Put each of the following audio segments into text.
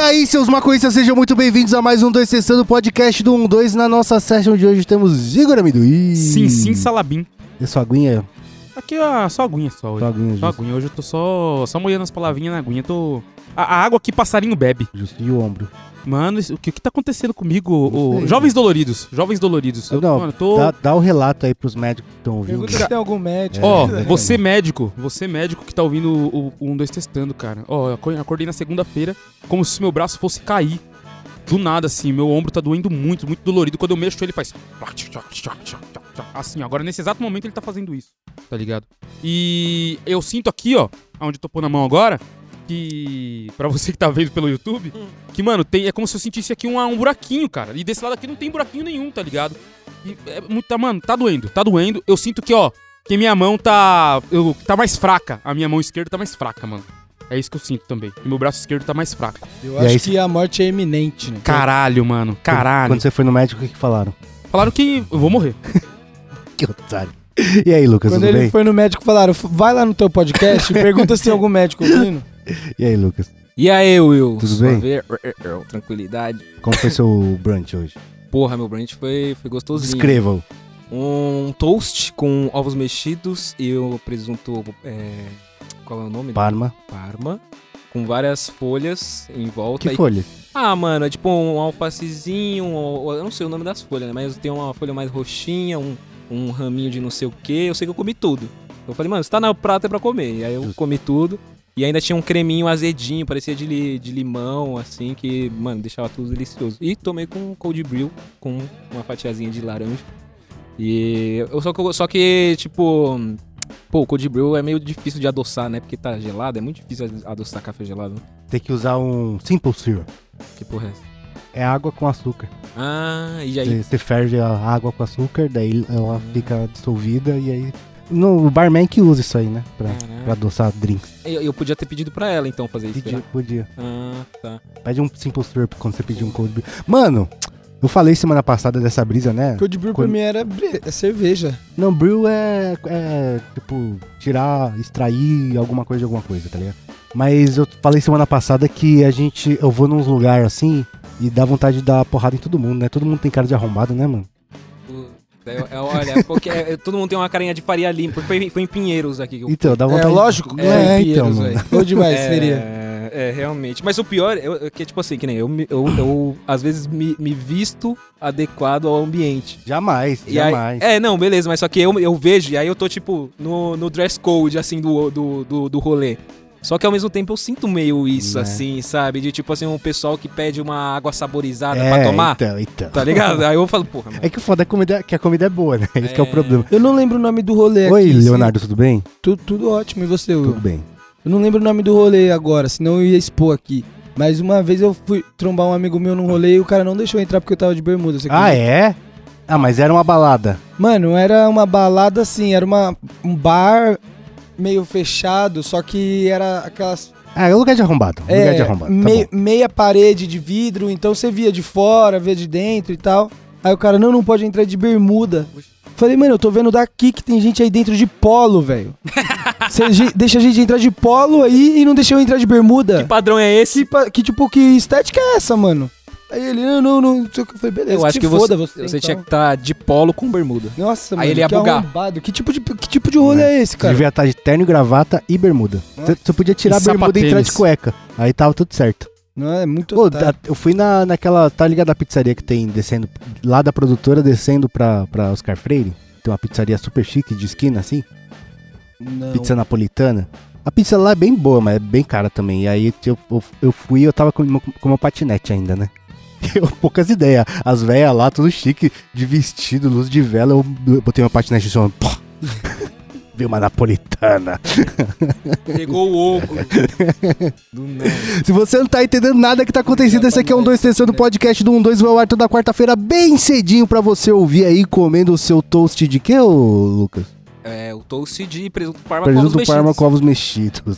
aí, seus maconhistas, sejam muito bem-vindos a mais um 2 Testando, podcast do 12. Na nossa session de hoje temos Igor Amendoim. Sim, sim, salabim. E sua aguinha? Aqui, ó, só aguinha só hoje. Sua aguinha, Só justo. aguinha. Hoje eu tô só, só molhando as palavrinhas na aguinha. Tô... A, a água que passarinho bebe. Justo, e o ombro. Mano, isso- o que, o que tá acontecendo comigo? ô- Não sei. Jovens doloridos. Jovens doloridos. Eu, Não, tá mano, tô... dá, dá o relato aí pros médicos que estão ouvindo. Pergunta se tem algum médico. Ó, É, você médico, você médico que tá ouvindo o, o 1, 2 testando, cara. Ó, eu aco- acordei na segunda-feira como se meu braço fosse cair. Do nada, assim, meu ombro tá doendo muito, muito dolorido. Quando eu mexo, ele faz. Assim, agora nesse exato momento ele tá fazendo isso, tá ligado? E eu sinto aqui, ó, onde eu tô pondo a mão agora, que. Pra você que tá vendo pelo YouTube, que, mano, tem, é como se eu sentisse aqui um, um buraquinho, cara. E desse lado aqui não tem buraquinho nenhum, tá ligado? E é muito, tá, mano, tá doendo, tá doendo. Eu sinto que, ó, que minha mão tá. Eu, tá mais fraca. A minha mão esquerda tá mais fraca, mano. É isso que eu sinto também. E meu braço esquerdo tá mais fraco. Eu E acho aí, que a morte é iminente, né? Caralho, mano. Caralho. Quando você foi no médico, o que, que falaram? Falaram que eu vou morrer. Que otário. E aí, Lucas, Quando tudo ele bem? foi no médico, falaram, "F- vai lá no teu podcast e pergunta se tem algum médico ouvindo. E aí, Lucas? E aí, Will? Tudo Sua bem? ver- er, Tranquilidade. Como foi seu brunch hoje? Porra, meu brunch foi, foi gostosinho. Descrevam. Um toast com ovos mexidos e o presunto... é, Qual é o nome? Parma. Parma. Com várias folhas em volta. Que e- folha? Ah, mano, é tipo um alfacezinho, um- eu não sei o nome das folhas, né? Mas tem uma folha mais roxinha, um, um raminho de não sei o que. Eu sei que eu comi tudo. Eu falei, mano, se tá na prata é pra comer. E aí eu Justo. comi tudo. E ainda tinha um creminho azedinho, parecia de, li- de limão, assim, que, mano, deixava tudo delicioso. E tomei com um cold brew, com uma fatiazinha de laranja. E eu só, que eu- só que, tipo, pô, o cold brew é meio difícil de adoçar, né? Porque tá gelado, é muito difícil adoçar café gelado. Tem que usar um simple syrup. Que porra é essa? É água com açúcar. Ah, e aí? Hum. Você você ferve a água com açúcar, daí ela fica dissolvida e aí. No o barman que usa isso aí, né? Pra, Caraca. pra adoçar drinks. Eu, eu podia ter pedido pra ela, então, fazer É. isso. Podia, né? podia. Ah, tá. Pede um simple syrup quando você pedir um cold brew. Mano, eu falei semana passada dessa brisa, né? Cold Brew pra Quando- mim era bre- é cerveja. Não, brew é, é, tipo tirar, extrair alguma coisa de alguma coisa, tá ligado? Mas eu falei semana passada que a gente, eu vou num lugar assim e dá vontade de dar porrada em todo mundo, né? Todo mundo tem cara de arrombado, né, mano? O- é- é- olha, porque é- é- todo mundo tem uma carinha de faria limpa. Foi, em- foi em Pinheiros aqui. que eu- Então, dá vontade. é lógico. É, é então, Pinheiros, mano. velho. Bom demais, é, seria. É, realmente. Mas o pior é é que, tipo assim, que nem eu, me- eu, eu às vezes me, me visto adequado ao ambiente. Jamais, E aí- jamais. é, não, beleza, mas só que eu, eu vejo e aí eu tô, tipo, no, no dress code, assim, do, do, do, do rolê. Só que ao mesmo tempo eu sinto meio isso, Né. assim, sabe? De tipo assim, um pessoal que pede uma água saborizada É, pra tomar. Então, então. Tá ligado? Aí eu falo, porra, mano. É que o foda é a comida- que a comida é boa, né? Esse que é o É. problema. Eu não lembro o nome do rolê Oi, aqui. se- Leonardo, tudo bem? Tu- tudo ótimo, e você, Will? Tudo bem. Eu não lembro o nome do rolê agora, senão eu ia expor aqui. Mas uma vez eu fui trombar um amigo meu num rolê e o cara não deixou eu entrar porque eu tava de bermuda. Você Ah, acredita? é? Ah, mas era uma balada. Mano, era uma balada assim, era uma, um bar meio fechado, só que era aquelas. Ah, é lugar de arrombado. Lugar é, de arrombado. Tá mei- bom. meia parede de vidro, então você via de fora, via de dentro e tal. Aí o cara, não, não pode entrar de bermuda. Falei, mano, eu tô vendo daqui que tem gente aí dentro de polo, velho. Você ge- deixa a gente entrar de polo aí e não deixa eu entrar de bermuda. Que padrão é Que, esse? pa- que tipo, que estética é essa, mano? Aí ele, não, não, não. Eu falei, beleza, Eu acho se que foda você, você. você então. tinha que estar de polo com bermuda. Nossa, Aí mano, ele ia que bugar. arrombado. Que tipo de, que tipo de rolê é, esse, cara? Devia estar de terno e gravata e bermuda. Você você podia tirar E a bermuda e entrar de sapatênis. cueca. Aí tava tudo certo. Não, é muito Pô, otário. da- eu fui na, naquela. Tá ligado a pizzaria que tem descendo. Lá da produtora descendo pra, pra Oscar Freire? Tem uma pizzaria super chique de esquina assim. Não. Pizza napolitana. A pizza lá é bem boa, mas é bem cara também. E aí eu, eu, eu fui e eu tava com, meu- com meu patinete ainda, né? Eu, poucas ideias. As velhas lá, tudo chique, de vestido, luz de vela. Eu, eu botei meu patinete no chão. pô. Vi uma napolitana. Pegou o oco. Do nada. Se você não tá entendendo nada que tá acontecendo, esse aqui é um 2 testando podcast do 12 vai ao ar toda quarta-feira, bem cedinho pra você ouvir aí comendo o seu toast de quê, ô Lucas? É, o toast de presunto parma com ovos Presunto mexidos. Parma com ovos mexidos.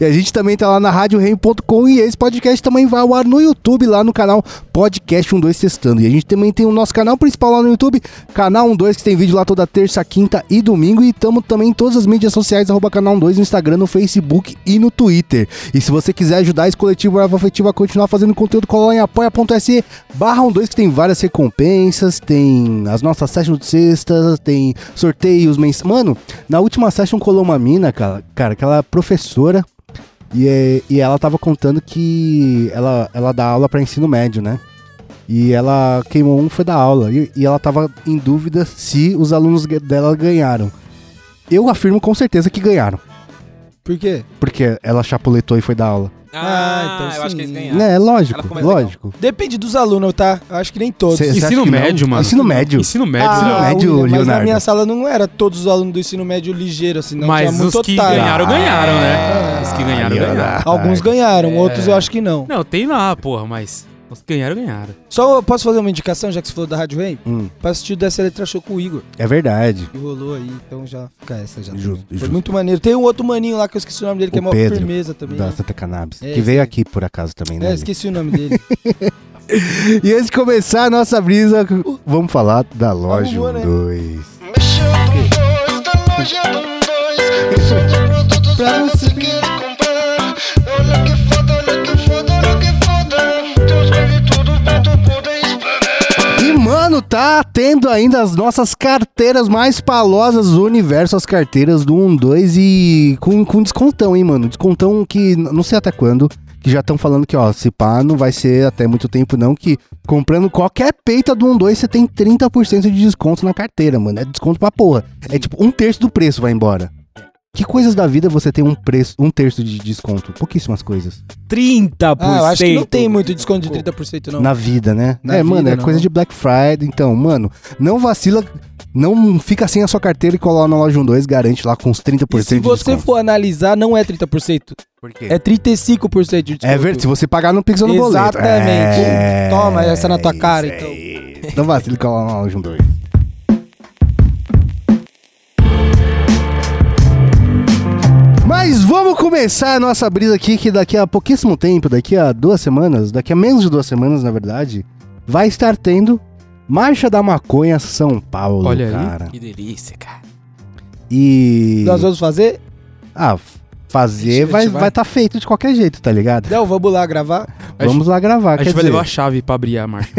e a gente também tá lá na RadioRem.com e esse podcast também vai ao ar no YouTube, lá no canal Podcast 12 Testando. E a gente também tem o nosso canal principal lá no YouTube, Canal 12, que tem vídeo lá toda terça, quinta e domingo. E estamos também em todas as mídias sociais, arroba Canal 12, no Instagram, no Facebook e no Twitter. E se você quiser ajudar esse coletivo Arva Afetiva a continuar fazendo conteúdo, cola lá em apoia.se barra 12, que tem várias recompensas, tem as nossas sessions de sexta, tem sorteios mens... Mano, na última session colou uma mina, cara, cara que ela é professora e, é- e ela tava contando que ela, ela dá aula pra ensino médio, né? E ela queimou um, foi da aula. E, e ela tava em dúvida se os alunos ga- dela ganharam. Eu afirmo com certeza que ganharam. Por quê? Porque ela chapuletou e foi da aula. Ah, Ah, então então eu acho que eles sim. ganharam. É, Ela ficou lógico, mais legal. lógico. Depende dos alunos, tá? Eu acho que nem todos. Cê- cê acha Ensino que não? médio, mano. Ensino médio. Ah. Ensino médio. ensino né? médio, William, Mas na Leonardo. minha sala não era todos os alunos do ensino médio ligeiro, assim, não. tinha Mas muito os que otário. ganharam, ganharam, É. Ah, né? Os que ganharam, ganharam. Leonardo. Alguns ganharam, outros eu acho que não. Não, tem lá, porra, mas os que ganharam, ganharam. Só eu posso fazer uma indicação, já que você falou da Rádio Rem? Hum, Pra assistir o Dessa Letra Show com o Igor. é verdade. E rolou aí, então já fica essa já. Justo, Foi justo. muito maneiro. Tem um outro maninho lá que eu esqueci o nome dele, que O é uma Pedro, firmeza também. Da né? Santa Cannabis. É, que veio sim. aqui por acaso também, né? É, esqueci o nome dele. E antes de começar a nossa brisa, vamos falar da Loja um, voar, né? 2. tá um Pra você quer comprar Olha que foda, olha que foda, olha que foda Deus escolhi tudo pra tu poder E, mano, tá tendo ainda as nossas carteiras mais palosas do universo, as carteiras do 1, 2 e com, com descontão, hein, mano? Descontão que n- não sei até quando, que já estão falando que, ó, se pá, não vai ser até muito tempo não, que comprando qualquer peita do 1, 2 você tem 30% de desconto na carteira, mano. É desconto pra porra. É tipo, um terço do preço vai embora. Que coisas da vida você tem um preço, um terço de desconto? Pouquíssimas coisas. 30%. ah, eu acho que não tem muito desconto de 30%, não. Na vida, né? Na é, vida, mano, é não. coisa de Black Friday. Então, mano, não vacila, não fica sem a sua carteira e cola lá na loja 12, garante lá com uns 30% E se de você desconto. for analisar, não é 30%. Por quê? É 35% de desconto. É verdade, se você pagar no Pix ou no boleto. Exatamente. É, Toma essa na tua isso cara, aí. então. Não vacile, cola lá na loja 12. Mas vamos começar a nossa brisa aqui, que daqui a pouquíssimo tempo, daqui a duas semanas, daqui a menos de duas semanas, na verdade, vai estar tendo Marcha da Maconha São Paulo, Olha aí. cara. Que delícia, cara. E... Nós vamos fazer? Ah, f- fazer Deixa eu vai ativar. vai tá feito de qualquer jeito, tá ligado? Não, vamos lá gravar. A Vamos lá gravar, A quer gente vai dizer, levar a chave pra abrir a marcha.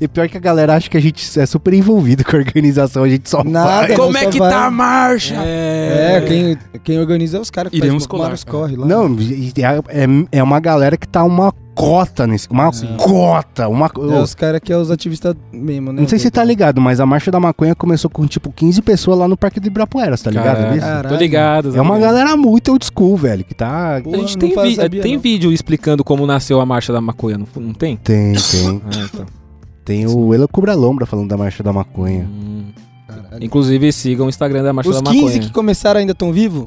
E pior que a galera acha que a gente é super envolvido com a organização, a gente só Nada. vai. Como é que tá a marcha? É, quem, quem organiza é os caras que Iremos fazem, mas colar, corre lá. né? Não, e- e é, é- é uma galera que tá uma cota nesse. Uma cota! Uma, co- É os caras que é os ativistas mesmo, né? não sei se você tá Doidão. ligado, mas a Marcha da Maconha começou com tipo 15 pessoas lá no Parque do Ibirapuera, você tá ligado Caraca. nisso? Caralho. Tô ligado. É uma galera muito old school, velho, que tá. A Porra, gente não tem, faz- vi- sabia, tem não. vídeo explicando como nasceu a marcha da maconha, não, não tem? Tem, tem. Ah, então. Tem o Elo Cubra Lombra falando da Marcha da Maconha. Hum. Caralho. Inclusive, sigam o Instagram da Marcha Os da 15 Maconha. que começaram ainda estão vivos?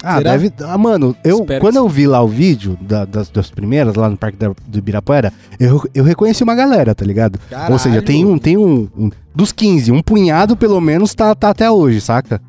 Ah, Será? deve. Ah, mano, eu. Espero quando que eu vi lá o vídeo da- das, das primeiras, lá no Parque da- do Ibirapuera, eu, eu reconheci uma galera, tá ligado? Ou seja, tem um, tem um, um- Dos 15, um punhado pelo menos tá, tá até hoje, saca?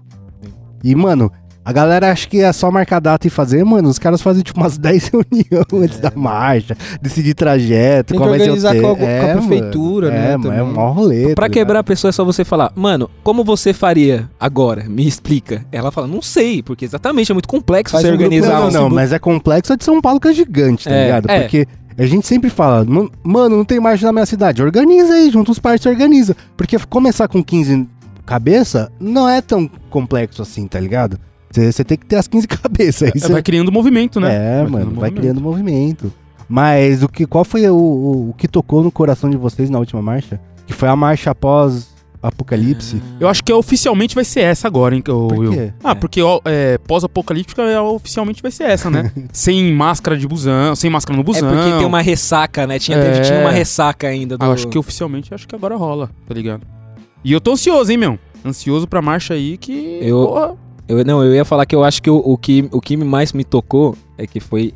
E, mano, a galera acha que é só marcar data e fazer, mano. Os caras fazem tipo umas 10 reuniões antes da marcha, decidir trajeto, É. Tem qual que vai ser o organizar com tema. a- com a prefeitura, mano. né, É, mano, é um também. maior rolê. Pra tá quebrar a ligado? pessoa é só você falar, mano, como você faria agora? Me explica. Ela fala, não sei, porque exatamente é muito complexo Faz você um grupo- organizar Não, um não, não, grupo. mas é complexo a de São Paulo que é gigante, tá É, ligado? é. Porque a gente sempre fala, "Man- mano, não tem marcha na minha cidade. Organiza aí, junta os partes e organiza. Porque começar com 15 cabeça não é tão complexo assim, tá ligado? Você tem que ter as 15 cabeças. aí É, cê- vai criando movimento, né? é, mano, Vai vai criando movimento. criando movimento. Mas o que, qual foi o, o- o que tocou no coração de vocês na última marcha? Que foi a marcha após Apocalipse? Eu acho que é oficialmente vai ser essa agora, hein, que eu- Por eu- quê? Ah, É. porque ó, é, pós-apocalíptica é, oficialmente vai ser essa, né? sem máscara de busão, sem máscara no É busão. porque tem uma ressaca, né? Tinha, É. tinha uma ressaca ainda. Do... Ah, eu acho que oficialmente acho que agora rola, tá ligado? E eu tô ansioso, hein, meu? Ansioso pra marcha aí que. Eu- Porra. Eu- não, eu ia falar que eu acho que o, o que o que mais me tocou é que foi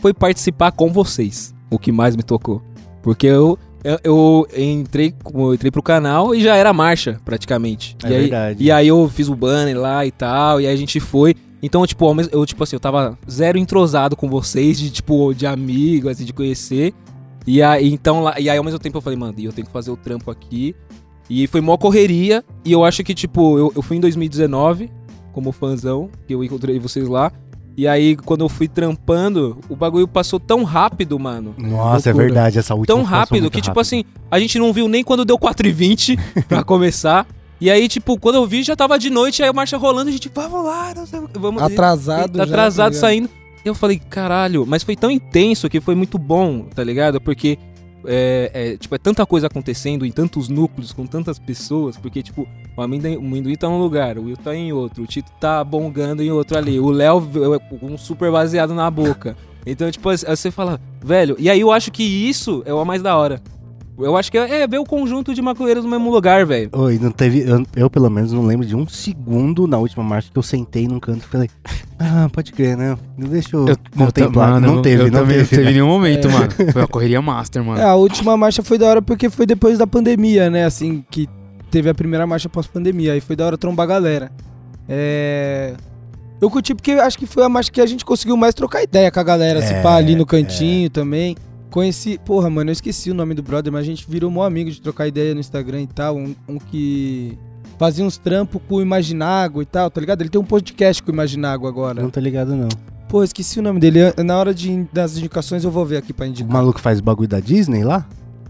foi participar com vocês. O que mais me tocou. Porque eu Eu, eu entrei, eu entrei pro canal e já era marcha, praticamente. É e aí, verdade. E aí eu fiz o banner lá e tal, e aí a gente foi. Então, tipo, ao mesmo- eu, tipo assim, eu tava zero entrosado com vocês, de tipo, de amigo, assim, de conhecer. E aí, então, lá, e aí ao mesmo tempo eu falei, mano, e eu tenho que fazer o trampo aqui. E foi mó correria, e eu acho que, tipo, eu, eu fui em 2019, como fãzão, que eu encontrei vocês lá. E aí, quando eu fui trampando, o bagulho passou tão rápido, mano Nossa, é Loucura. verdade, essa última tão passou rápido muito que, tipo assim, a gente não viu nem quando deu 4h20 pra começar. E aí, tipo, quando eu vi, já tava de noite, aí a marcha rolando, a gente, vamos lá, não sei, o que, vamos Tá Atrasado e- já. atrasado tá ligado? saindo. Eu falei, caralho, mas foi tão intenso que foi muito bom, tá ligado? Porque, é, é, tipo, é tanta coisa acontecendo em tantos núcleos, com tantas pessoas, porque, tipo, o amendoim, o Amendoim tá num lugar, o Will tá em outro, o Tito tá bongando em outro ali, o Léo é com um super baseado na boca. Então, tipo, aí você fala, velho, e aí eu acho que isso é o mais da hora. Eu acho que é, é ver o conjunto de maconheiros no mesmo lugar, velho. Oi, não teve. Eu, eu, pelo menos, não lembro de um segundo na última marcha que eu sentei num canto e falei. Ah, pode crer, né? Deixa eu, contemplar. mano, não teve, eu não também teve. né? É. Não teve nenhum momento, mano. Foi uma correria master, mano. É, a última marcha foi da hora porque foi depois da pandemia, né? Assim, que teve a primeira marcha pós-pandemia. Aí foi da hora trombar a galera. É. Eu curti porque acho que foi a marcha que a gente conseguiu mais trocar ideia com a galera, se É, pá, ali no cantinho também. Conheci. Porra, mano, eu esqueci o nome do brother, mas a gente virou mó amigo de trocar ideia no Instagram e tal. Um, um que fazia uns trampos com o Imaginago e tal, tá ligado? Ele tem um podcast com o Imaginago agora. Não tô ligado, não. Pô, esqueci o nome dele. Na hora de, das indicações eu vou ver aqui pra O indicar. maluco faz bagulho da Disney lá?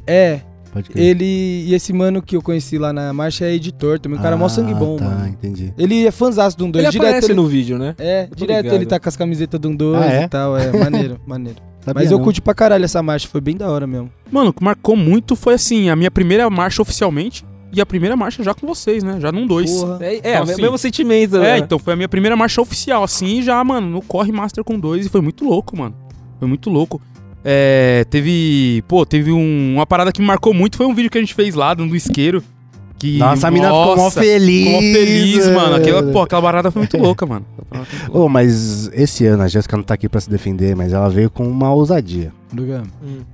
É, Pode crer. ele e esse mano que eu conheci lá na marcha é editor também. O cara é mó Ah, sangue bom, tá, mano. entendi. Ele é fãzaço do 1 Ele 2. aparece no vídeo, né? É, tô direto ligado. ele tá com as camisetas do 1 2 Ah, é? e tal. É, maneiro, maneiro. Sabia Mas eu não. curti pra caralho essa marcha, foi bem da hora mesmo. Mano, o que marcou muito foi assim, a minha primeira marcha oficialmente e a primeira marcha já com vocês, né? Já num dois. Porra. É, é, Então, o assim, mesmo sentimento, É, né? então foi a minha primeira marcha oficial, assim, e já, mano, no corre master com dois e foi muito louco, mano. Foi muito louco. É, teve, pô, teve um- uma parada que me marcou muito, foi um vídeo que a gente fez lá do do isqueiro. Que, Nossa, a mina ficou mó nossa, feliz. ficou mó feliz, mano. Aquela, é velho. pô, aquela parada foi muito louca, mano. Aquela parada foi muito louca. Ô, mas esse ano a Jéssica não tá aqui pra se defender, mas ela veio com uma ousadia. Hum.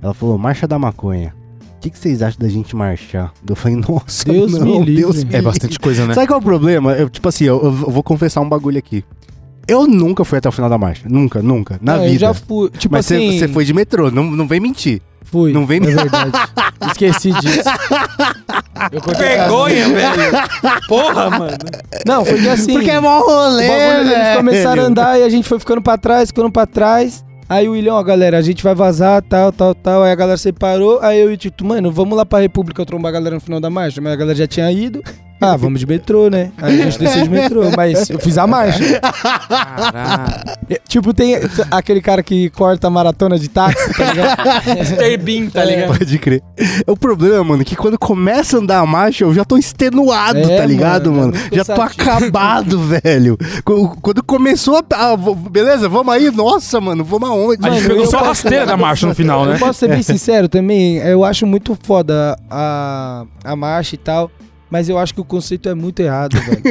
Ela falou, marcha da maconha. O que, que vocês acham da gente marchar? Eu falei, nossa, Deus não, me livre." Deus me É bastante coisa, né? Sabe qual é o problema? Eu, tipo assim, eu, eu vou confessar um bagulho aqui. Eu nunca fui até o final da marcha. Nunca, nunca. Na Não, vida. Eu já fui. Tipo Mas você assim. você foi de metrô, não, não vem mentir. Fui. Não vem É verdade. Esqueci disso. Eu contei É. Vergonha, velho. Porra, mano. errado. Não, foi que assim. é mó O rolê, bagulho, eles começaram a andar e a gente foi ficando pra trás, ficando pra trás. Aí o William, ó, galera, a gente vai vazar, tal, tal, tal. Aí a galera separou. Aí eu e o Tito, mano, vamos lá pra República eu trombar a galera no final da marcha. Mas a galera já tinha ido. Ah, vamos de metrô, né? Aí a gente desceu de metrô, mas eu fiz a marcha. Caralho. É, Tipo, tem aquele cara que corta a maratona de táxi, tá ligado? Mr. Bean, É. tá ligado? Pode crer. O problema, mano, é que quando começa a andar a marcha, eu já tô extenuado, É, tá ligado, mano, mano? é muito Já tô cansativo. acabado, velho. Qu- Quando começou a. ah, vo- beleza, vamos aí? Nossa, mano, vamos aonde? A gente Mano, pegou eu só a posso- rasteira da marcha no Então, final, né? Eu posso ser bem sincero também, eu acho muito foda a, a marcha e tal, mas eu acho que o conceito é muito errado, velho.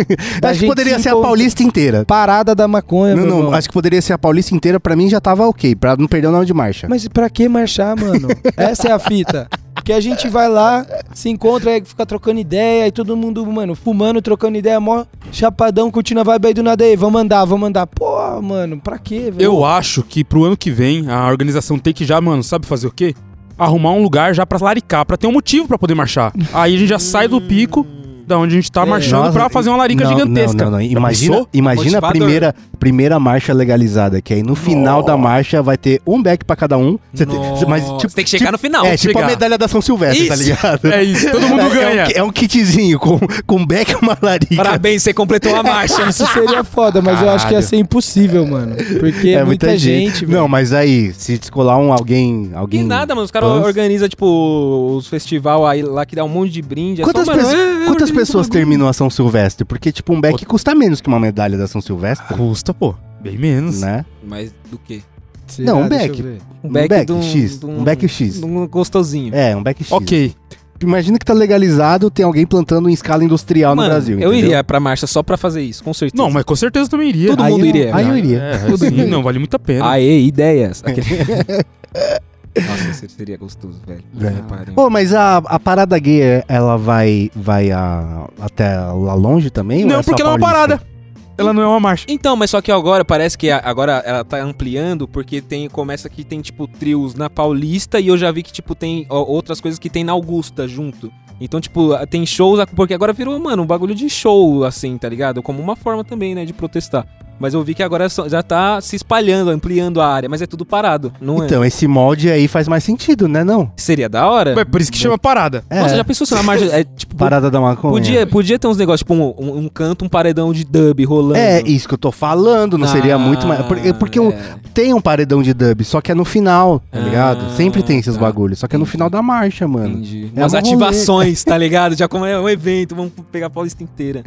Da acho que gente poderia se ser a encontrar- Paulista inteira. Parada da maconha, Não, meu não, irmão. acho que poderia ser a Paulista inteira, pra mim já tava ok, pra não perder o nome de marcha. Mas pra que marchar, mano? Essa é a fita. Que a gente vai lá, se encontra, aí fica trocando ideia, e todo mundo, mano, fumando, trocando ideia, mó chapadão, curtindo a vibe aí do nada aí, vamos andar, vamos andar. Pô, mano, pra quê, velho? Eu acho que pro ano que vem a organização tem que já, mano, sabe fazer o quê? Arrumar um lugar já pra laricar, pra ter um motivo pra poder marchar. Aí a gente já sai do pico da onde a gente tá marchando É, Nossa, pra fazer uma larica não, gigantesca. Não, não, não. Já Imagina, pensou? imagina a Motivador. primeira, primeira marcha legalizada, que aí no final da marcha vai ter um back pra cada um. Você tem, Nossa, mas, tipo, tem que chegar no final. É, tipo a chegar. medalha da São Silvestre, tá Isso. ligado? É isso, todo É, mundo é ganha. um, ki- é um kitzinho com, com back e uma larica. Parabéns, você completou a marcha. Isso seria foda, mas eu acho que ia ser impossível, mano. Porque é muita, gente, velho. Não, mas aí, se descolar um alguém. alguém... Que nada, mano. Os caras Fãs? organizam, tipo, os festival aí lá que dá um monte de brinde. é Quantas, só, mano, pe- é, é, quantas organiza pessoas um bagulho. terminam a São Silvestre? Porque, tipo, um back custa menos que uma medalha da São Silvestre, Custa, pô. Bem menos. né? Mas do quê? Será? não, um Deixa eu beck. ver. Um back, X. Um, back X. de um gostosinho. É, um back X. Ok. Imagina que tá legalizado, tem alguém plantando em escala industrial Mano, no Brasil. eu entendeu? iria pra marcha só pra fazer isso, com certeza. Não, mas com certeza eu também iria. Todo aí mundo eu- iria, Aí eu É, iria. é, sim, não, vale muito a pena. Aê, ideias. Aquele- Nossa, isso seria gostoso, velho. Velho. Ah, parem. Pô, mas a, a parada gay, é- ela vai, vai a- até lá longe também? ou Não, é só porque ela é uma paulista? parada. Ela não é uma marcha. Então, mas só que agora parece que a- agora ela tá ampliando porque tem começa que tem tipo trios na Paulista e eu já vi que tipo tem ó, outras coisas que tem na Augusta junto. Então, tipo, a- tem shows a- porque agora virou, mano, um bagulho de show assim, tá ligado? Como uma forma também, né, de protestar. Mas eu vi que agora só- já tá se espalhando, ampliando a área, mas é tudo parado, não é? Então, esse molde aí faz mais sentido, né? Não. Seria da hora? É por isso que chama parada. É, Nossa, já pensou se na margem é tipo parada da maconha. podia, podia ter uns negócios tipo um, um- um canto, um paredão de dub rolando. É, isso que eu tô falando, não seria muito mais. Porque, porque o- Ah, é. tem um paredão de dub, só que é no final, tá Ah, ligado? Sempre tem esses tá. bagulhos, só que é no final da marcha, mano. Entendi. É Umas um rolê. ativações, tá ligado? Já como é um evento, vamos pegar a Paulista inteira.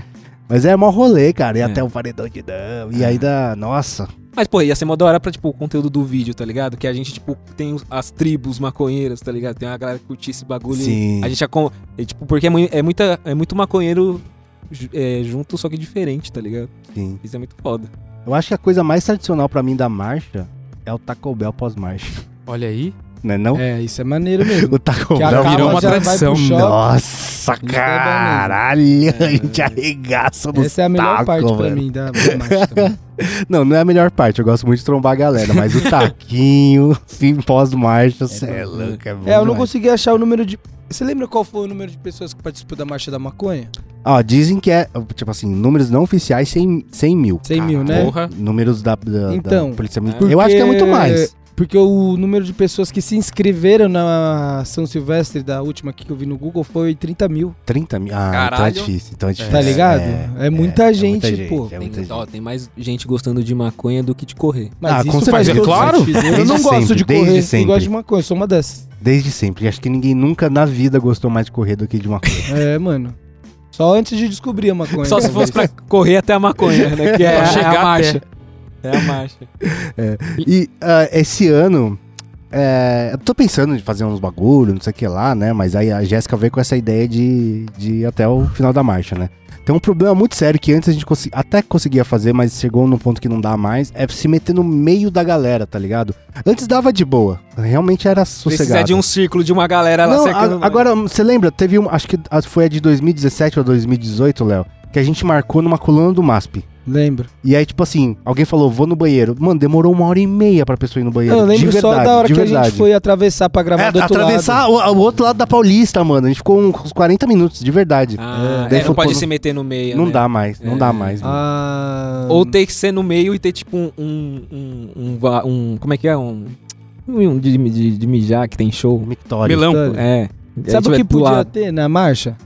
Mas é mó rolê, cara, e É. até o paredão de dub. E aí dá. Nossa. Mas, pô, ia ser mó da hora pra, tipo, o conteúdo do vídeo, tá ligado? Que a gente, tipo, tem os- as tribos maconheiras, tá ligado? Tem uma galera que curte esse bagulho. Sim. A gente já... com- é, tipo, porque é, mui- é muita, é muito maconheiro ju- é, junto, só que diferente, tá ligado? Sim. Isso é muito foda. Eu acho que a coisa mais tradicional pra mim da marcha é o Taco Bell pós-marcha. Olha aí. Né não? É, isso é maneiro mesmo. O Taco Que Bell acaba, virou uma já vai pro tradição. shopping. Nossa, é bom mesmo. É. caralho, a gente arregaça no Essa é a melhor taco, parte pra tá velho. mim da da marcha também. Não, não é a melhor parte, eu gosto muito de trombar a galera, mas o taquinho, fim pós-marcha, você é, bom, né? louco, é bom É, eu não demais. consegui achar o número de. Você lembra qual foi o número de pessoas que participou da Marcha da Maconha? Ó, dizem que é, tipo assim, números não oficiais, 100, 100 mil. 100 mil, né? Porra. Números da, da, da Então, Polícia Militar. Porque- Eu acho que é muito mais. Porque o número de pessoas que se inscreveram na São Silvestre da última aqui que eu vi no Google foi 30 mil, 30 mil. Ah, então é Caralho. difícil. Então é difícil. tá ligado? É, É, muita, é gente, pô. é Tem, muita gente. ó, tem mais gente gostando de maconha do que de correr. Ah, Mas com isso certeza, faz todo claro. sentido. Eu não Desde gosto de sempre, desde correr, eu sempre. gosto de maconha, eu sou uma dessas. Desde sempre. Acho que ninguém nunca na vida gostou mais de correr do que de uma coisa. É, mano. Só antes de descobrir a maconha. Só se fosse talvez. pra correr até a maconha, né? Que é, Pra a- chegar é até. a marcha. É a marcha. e ah, esse ano. é, eu tô pensando em fazer uns bagulho, não sei o que lá, né? Mas aí a Jéssica veio com essa ideia de, de ir até o final da marcha, né? Tem um problema muito sério que antes a gente consi- até conseguia fazer, mas chegou num ponto que não dá mais. É se meter no meio da galera, tá ligado? Antes dava de boa. Realmente era sossegado. Precisa de um é círculo de uma galera lá Não, cercando a- agora, você lembra? Teve um. Acho que a- foi a de 2017 ou 2018, Léo, que a gente marcou numa coluna do MASP. Lembro. E aí, tipo assim, alguém falou, vou no banheiro. Mano, demorou uma hora e meia pra pessoa ir no banheiro. eu de lembro verdade, só da hora de que a verdade. gente foi atravessar pra gravar É, do outro lado. atravessar o, o outro lado da Paulista, mano. A gente ficou uns 40 minutos, de verdade. Ah, É. Daí é, não foi pode quando- se meter no meio. não né? dá mais, não É. dá mais. mano. Ah, Ou ter que ser no meio e ter tipo um. um, um, um, va- um- como é que é? Um. Um de, de, de mijar que tem Ah. show. Um Mictório. Melão. Sabe É. Sabe o que podia pular? ter na marcha?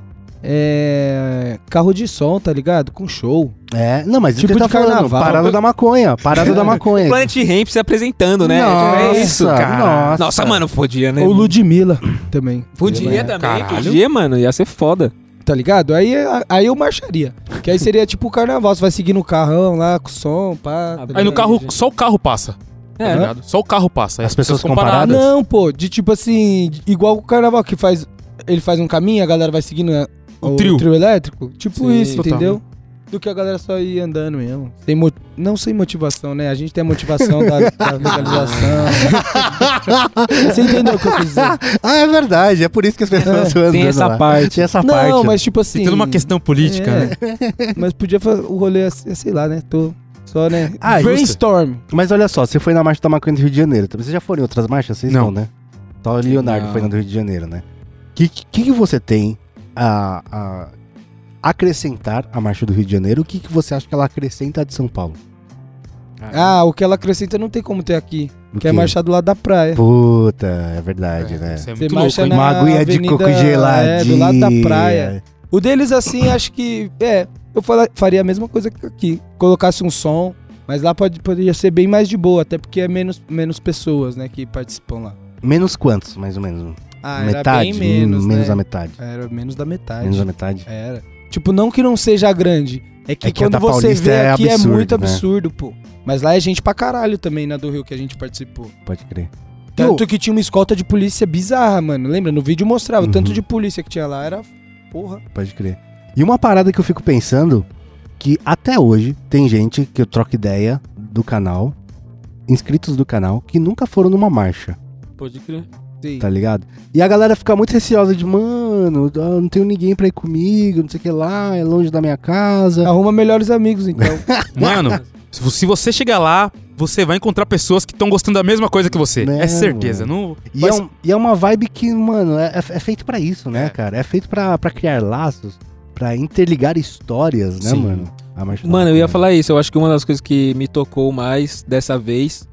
É. Carro de som, tá ligado? Com show. É, não, mas Tipo ele tá de falando, carnaval. parada da maconha, parada da maconha. Planet Ramp se apresentando, né? Nossa, é isso, cara. nossa. mano, podia, né? Ou Ludmilla também. Podia É, também, caralho. podia, mano. Ia ser foda. Tá ligado? Aí, aí eu marcharia. Que aí seria tipo o carnaval. Você vai seguir no carrão lá, com som, pá. tá Aí Aí no ligado? carro, só o carro passa. É. Tá Uhum. ligado? Só o carro passa. Aí As pessoas ficam ficam paradas. paradas? Ah, Não, pô, de tipo assim, igual o carnaval que faz. Ele faz um caminho, a galera vai seguindo a- O trio. elétrico. Tipo Sim, isso, total. entendeu? Do que a galera só ir andando mesmo. Sem mo- Não sem motivação, né? A gente tem a motivação da, da legalização. Você entendeu o que eu quis Tá dizer? ah, é verdade, é por isso que as pessoas estão andando Tem essa lá. parte. Tinha essa Não, parte. né? mas tipo assim. né? Tem toda uma questão política, é, né? Mas podia fazer o rolê, assim, sei lá, né? Tô só, né? Ah, justo. Brainstorm. Mas olha só, você foi na marcha da maconha do Rio de Janeiro. Também vocês já foram em outras marchas? Vocês Não. não, né? Só o Leonardo Não. foi na do Rio de Janeiro, né? O que, que, que você tem a, a acrescentar à marcha do Rio de Janeiro? O que, que você acha que ela acrescenta à de São Paulo? Ah, o que ela acrescenta não tem como ter aqui. O Que é quê? marchar do lado da praia. Puta, é verdade, né? Isso é Você muito louco, marcha hein? na Uma aguinha de avenida- coco geladinha. é, do lado da praia. O deles, assim, acho que. É, eu fala- faria a mesma coisa que aqui. Colocasse um som, mas lá pode, poderia ser bem mais de boa, até porque é menos, menos pessoas, né, que participam lá. Menos quantos, mais ou menos? Ah, metade? era bem menos. Hum, menos né? a metade. Era menos da metade. Menos a metade. Era. Tipo, não que não seja grande. É que, É que a quando da você Paulista vê é aqui é absurdo, muito né? absurdo, pô. Mas lá é gente pra caralho também, na do Rio que a gente participou. Pode crer. Tanto que tinha uma escolta de polícia bizarra, mano. Lembra? No vídeo mostrava o tanto Uhum. de polícia que tinha lá. Era. Porra. Pode crer. E uma parada que eu fico pensando, que até hoje tem gente que eu troco ideia do canal, inscritos do canal, que nunca foram numa marcha. pode crer. Sim. tá ligado? E a galera fica muito receosa de, mano, eu não tenho ninguém pra ir comigo, não sei o que lá, é longe da minha casa. Arruma melhores amigos, então. Mano, se vo- se você chegar lá, você vai encontrar pessoas que estão gostando da mesma coisa que você. Né, é certeza. Não... E, Mas- é um- e é uma vibe que, mano, é, é feito pra isso, né, cara? É feito pra, pra criar laços, pra interligar histórias, né, Sim. mano? A marcha da Mano, eu ia maconha. falar isso. Eu acho que uma das coisas que me tocou mais dessa vez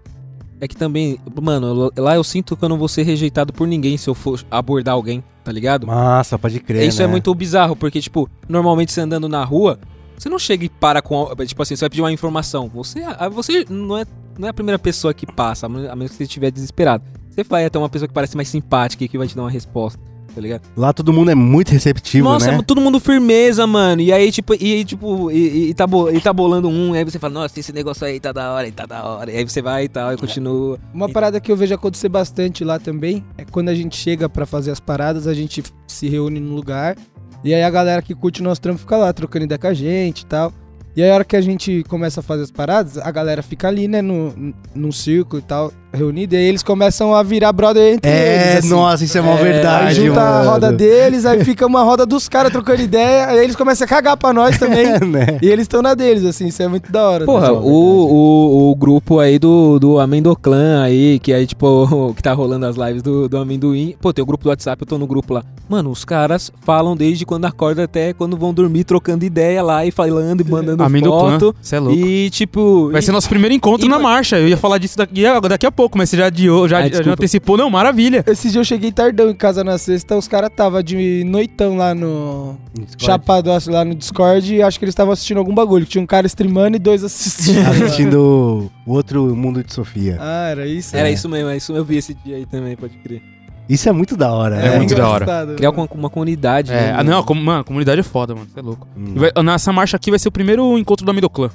é que também, mano, lá eu sinto que eu não vou ser rejeitado por ninguém se eu for abordar alguém, tá ligado? Massa, pode crer. Isso né? é muito bizarro, porque, tipo, normalmente você andando na rua, você não chega e para com. al- Tipo assim, você vai pedir uma informação. Você, ah, você não, é, não é a primeira pessoa que passa, a men- a menos que você estiver desesperado. Você vai até uma pessoa que parece mais simpática e que vai te dar uma resposta, tá ligado? Lá todo mundo é muito receptivo, Nossa, é né? todo mundo firmeza, mano. E aí, tipo, e, aí, tipo, e, e- e tá, bo- e tá bolando um, aí você fala, nossa, esse negócio aí tá da hora, aí tá da hora. E aí você vai e tal, e continua. Uma parada que eu vejo acontecer bastante lá também é quando a gente chega pra fazer as paradas, a gente se reúne num lugar e aí a galera que curte o nosso trampo fica lá trocando ideia com a gente e tal. E aí a hora que a gente começa a fazer as paradas, a galera fica ali, né, no, n- num círculo e tal, reunida, e aí eles começam a virar brother entre eles. É, assim. nossa, isso é uma Aí verdade, junta a mano. roda deles, aí fica uma roda dos caras trocando ideia, aí eles começam a cagar pra nós também. É, né? E eles estão na deles, assim, isso é muito da hora. Porra, né? o, o, o grupo aí do, do Amendoclan aí, que aí, tipo, que tá rolando as lives do, do Amendoim. Pô, tem o grupo do WhatsApp, eu tô no grupo lá. Mano, os caras falam desde quando acorda até quando vão dormir, trocando ideia lá e falando e mandando Amendoclan, foto. você é louco. E, tipo... Vai e- ser nosso primeiro encontro e- na marcha. Eu ia falar disso daqui, daqui a pouco, mas você já adiou, já, Ah, já desculpa. antecipou. Não, maravilha. Esse dia eu cheguei tardão em casa na sexta, os caras tava de noitão lá no Chapado lá no Discord e acho que eles estavam assistindo algum bagulho. que Tinha um cara streamando e dois assistindo. Ah, Assistindo o outro mundo de Sofia. ah, era isso? Era isso mesmo, é isso mesmo. Eu vi esse dia aí também, pode crer. Isso é muito da hora, É né? muito da hora. engraçado. Criar uma, uma comunidade. É, né, ah, mano? não, como, mano, a comunidade é foda, mano. Você é louco. Hum. E vai- nessa marcha aqui vai ser o primeiro encontro do Amendoclan.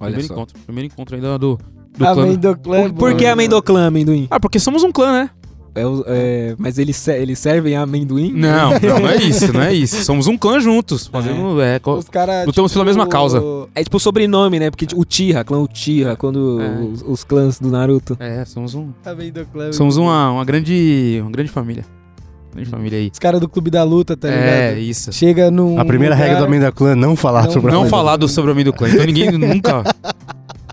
Olha Primeiro só. encontro. Primeiro encontro ainda do, do Ah, clã. Amendoclã. Por que amendoclã, amendoim? Ah, porque somos um clã, né? É, o- é, mas eles, se- eles servem a amendoim? Não, não, não é isso, não é isso. Somos um clã juntos. Fazemos. É, co- Os caras. Lutamos pela mesma causa. É tipo sobrenome, né? Porque o Tira, clã Uchiha, quando É. os, os clãs do Naruto. é somos um. Amendoclã. Somos uma, uma grande. Uma grande família. Grande família aí. Os caras do Clube da Luta, tá é, ligado? isso. Chega num. A primeira Um lugar- regra do Amenda Clã é não falar Não- sobre a Não Amenda. falar do sobrenome do clã. Então ninguém nunca.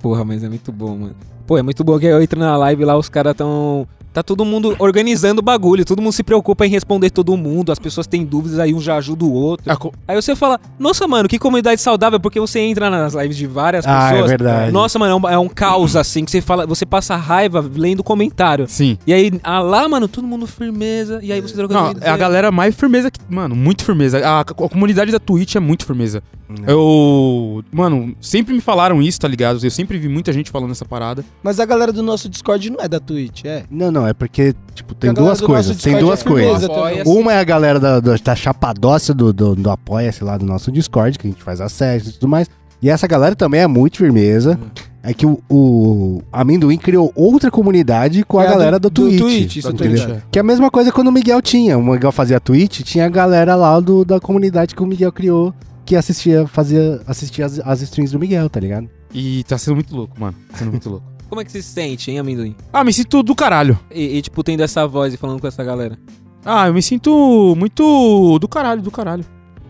Porra, mas é muito bom, mano. Pô, é muito bom que eu entro na live lá, os caras tão. Tá todo mundo organizando o bagulho, todo mundo se preocupa em responder todo mundo, as pessoas têm dúvidas, aí um já ajuda o outro. A co- Aí você fala, nossa, mano, que comunidade saudável, porque você entra nas lives de várias Ah, é pessoas. verdade. Nossa, mano, é um, é um caos assim que você fala, você passa raiva lendo comentário. Sim. E aí, ah, lá, mano, todo mundo firmeza. E aí você trocando Não, é a galera mais firmeza que. Mano, muito firmeza. A, a comunidade da Twitch é muito firmeza. Né? Eu. Mano, sempre me falaram isso, tá ligado? Eu sempre vi muita gente falando essa parada. Mas a galera do nosso Discord não é da Twitch, é. Não, não, é porque, tipo, tem A galera duas do coisas. nosso Tem Discord duas é coisas. firmeza também. Apoia- Uma é a galera da, da, da chapadócia do, do, do Apoia-se lá do nosso Discord, que a gente faz acesso e tudo mais. E essa galera também é muito firmeza. É que o, o Amendoim criou outra comunidade com a É a galera do, do- do Twitch. Twitch, isso eu tô entendeu? ligado. Que é a mesma coisa quando o Miguel tinha. O Miguel fazia Twitch, tinha a galera lá do, da comunidade que o Miguel criou, que assistia, fazia, assistia as, as streams do Miguel, tá ligado? E tá sendo muito louco, mano. Tá sendo muito louco. Como é que você se sente, hein, amendoim? Ah, me sinto do caralho. E, e, tipo, tendo essa voz e falando com essa galera. Ah, eu me sinto muito do caralho, do caralho.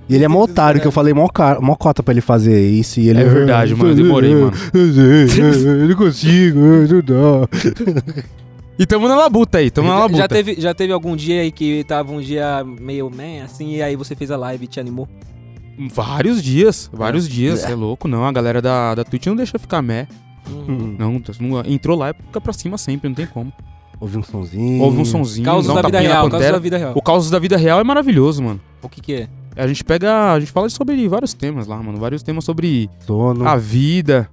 E ele é mó otário, que eu falei mó, ca- mó cota pra ele fazer isso. E ele É verdade, mano, eu demorei, mano. Eu não consigo, eu não dá. E tamo na labuta aí, tamo na labuta. já, teve, já teve algum dia aí que tava um dia meio man, assim, e aí você fez a live e te animou? Vários dias, vários dias, cê é louco, não. A galera da, da Twitch não deixa eu ficar mé. Hum. Não, tá- não- entrou lá e fica pra cima sempre, não tem como. Ouvi um sonzinho. Houve um sonzinho, Causos dá um da vida tapinha na real, causos pantera. da vida real. O Causos da Vida Real é maravilhoso, mano. O que que é? A gente pega. A gente fala sobre vários temas lá, mano. Vários temas sobre Sono. a vida.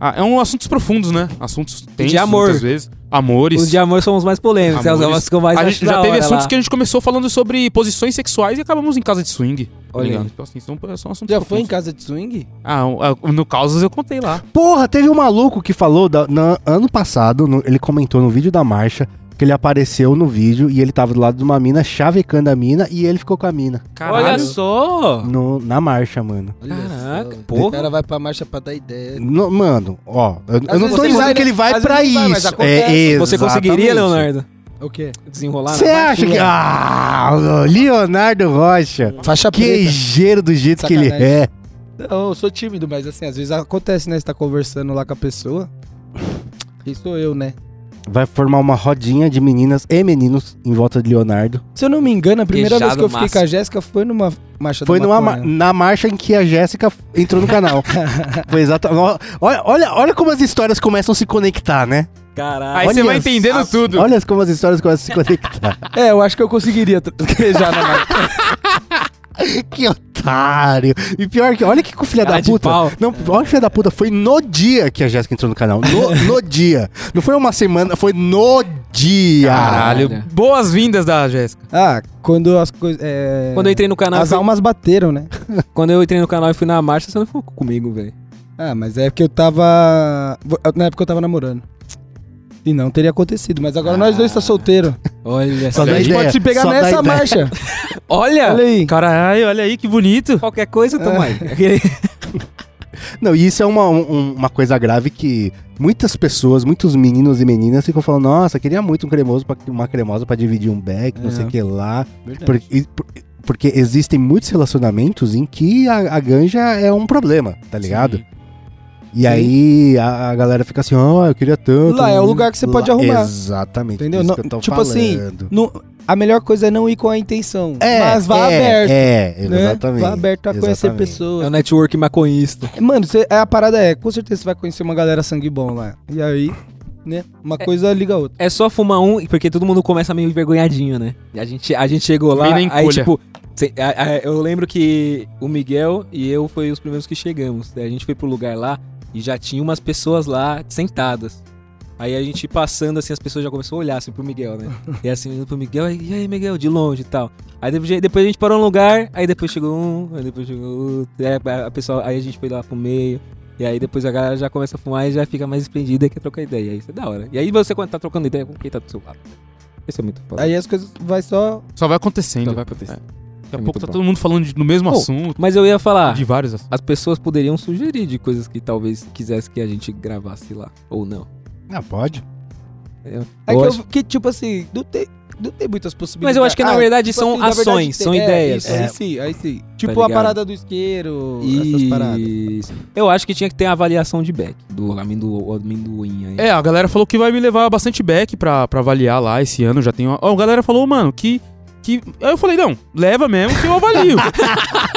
Ah, é um assuntos profundos, né? Assuntos tensos, amor. muitas vezes. Amores. Os de amor são os mais polêmicos, é os Amores. que eu mais a acho gente da já teve hora assuntos lá. que a gente começou falando sobre posições sexuais e acabamos em casa de swing. tá Olha ligado? aí. Então, assim, são, são assuntos Já foi em profundos. casa de swing? Ah, um- ah, no Causos eu contei lá. Porra, teve um maluco que falou da- na- ano passado, no- ele comentou no vídeo da marcha que ele apareceu no vídeo e ele tava do lado de uma mina, chavecando a mina e ele ficou com a mina. Caralho. Olha só! no- na marcha, mano. Caraca, só, porra. O cara vai pra marcha pra dar ideia. No- mano, ó, eu, eu Às não vezes tô você dizendo manda- que ele vai às pra vezes vai, mas isso. acontece. é, Você conseguiria, exatamente. Leonardo? É O quê? Desenrolar Você na acha que. batida. Ah, o Leonardo Rocha. Faixa preta. Queijeiro do jeito que ele é. Eu sou tímido, mas assim, às vezes acontece, né? Você tá conversando lá com a pessoa. Quem sou eu, né? Vai formar uma rodinha de meninas e meninos em volta de Leonardo. Se eu não me engano, a primeira Queijado vez que eu fiquei massa. com a Jéssica foi numa marcha Foi da numa, ma- maconha. na marcha em que a Jéssica entrou no canal. Foi exatamente. Olha, olha, olha como as histórias começam a se conectar, né? Caralho. Aí Olha você vai as- entendendo tudo. Olha como as histórias começam a se conectar. É, eu acho que eu conseguiria tra- queijar na marcha. que otário. E pior que, olha que o filho da Cara de puta. pau. Não, olha que filho da puta. Foi no dia que a Jéssica entrou no canal. No, no dia. Não foi uma semana, foi no dia. Caralho. Boas-vindas da Jéssica. Ah, quando as coisas. É... Quando eu entrei no canal, As fui- almas bateram, né? quando eu entrei no canal e fui na marcha, você não ficou comigo, velho. Ah, mas é porque eu tava. Na época eu tava namorando. E não teria acontecido, mas agora nós Ah. dois tá solteiro. Olha Só só. dá A gente ideia, pode se pegar É, só dá nessa ideia. marcha. Olha! Olha aí. Caralho, olha aí que bonito. É. Qualquer coisa, tamo aí. Aquele- Não, e isso é uma, um- uma coisa grave que muitas pessoas, muitos meninos e meninas ficam falando, nossa, queria muito um cremoso, pra, uma cremosa pra dividir um beck, não sei É. o que lá. Por- e- por- porque existem muitos relacionamentos em que a, a ganja é um problema, tá ligado? E aí a, a galera fica assim, ó, eu queria tanto. um Lá é o lugar que você pode arrumar. Exatamente. Entendeu? isso Não- que eu tô tipo falando. assim, Não- a melhor coisa é não ir com a intenção. É, mas vá é, aberto. É, né? exatamente. Vá aberto a conhecer exatamente. É pessoas. o network maconhista. Mano, cê- a parada é, com certeza você vai conhecer uma galera sangue bom lá. E aí, né? Uma coisa liga a outra. É só fumar um, porque todo mundo começa meio envergonhadinho, né? E a gente, a gente chegou lá, Vem na aí encolha. tipo... cê- a- a- eu lembro que o Miguel e eu foi os primeiros que chegamos. né? A gente foi pro lugar lá e já tinha umas pessoas lá sentadas. Aí a gente passando, assim, as pessoas já começaram a olhar assim pro Miguel, né? E assim, olhando pro Miguel, e aí, Miguel, de longe e tal. Aí depois, depois a gente parou num lugar, aí depois chegou um, aí depois chegou outro, aí a, a pessoa, aí a gente foi lá pro meio. E aí depois a galera já começa a fumar e já fica mais esprendida e quer trocar ideia. E aí isso é da hora. E aí você quando tá trocando ideia com quem tá do seu lado. Isso é muito foda. Aí as coisas vai só. Só vai acontecendo. Então vai acontecer. Daqui a é pouco muito tá bom. tá. todo mundo falando de- do mesmo Oh, assunto, Mas eu ia falar, de vários assuntos. as pessoas poderiam sugerir de coisas que talvez quisesse que a gente gravasse lá, ou não. Ah, pode. É Eu- eu que, eu- acho- que, tipo assim, não tem, não tem muitas possibilidades. Mas eu acho que na Ah, verdade tipo são assim, na verdade ações, tem- são é, ideias. Tá isso, Aí sim, aí sim. Tipo a ligado? parada do isqueiro, essas paradas. Isso. Eu acho que tinha que ter a avaliação de Beck, do amendoim, amendoim aí. É, a galera falou que vai me levar bastante back pra, pra avaliar lá esse ano. Já tem uma. Ó, a galera falou, mano, que. que... Aí eu falei, não, leva mesmo que eu avalio.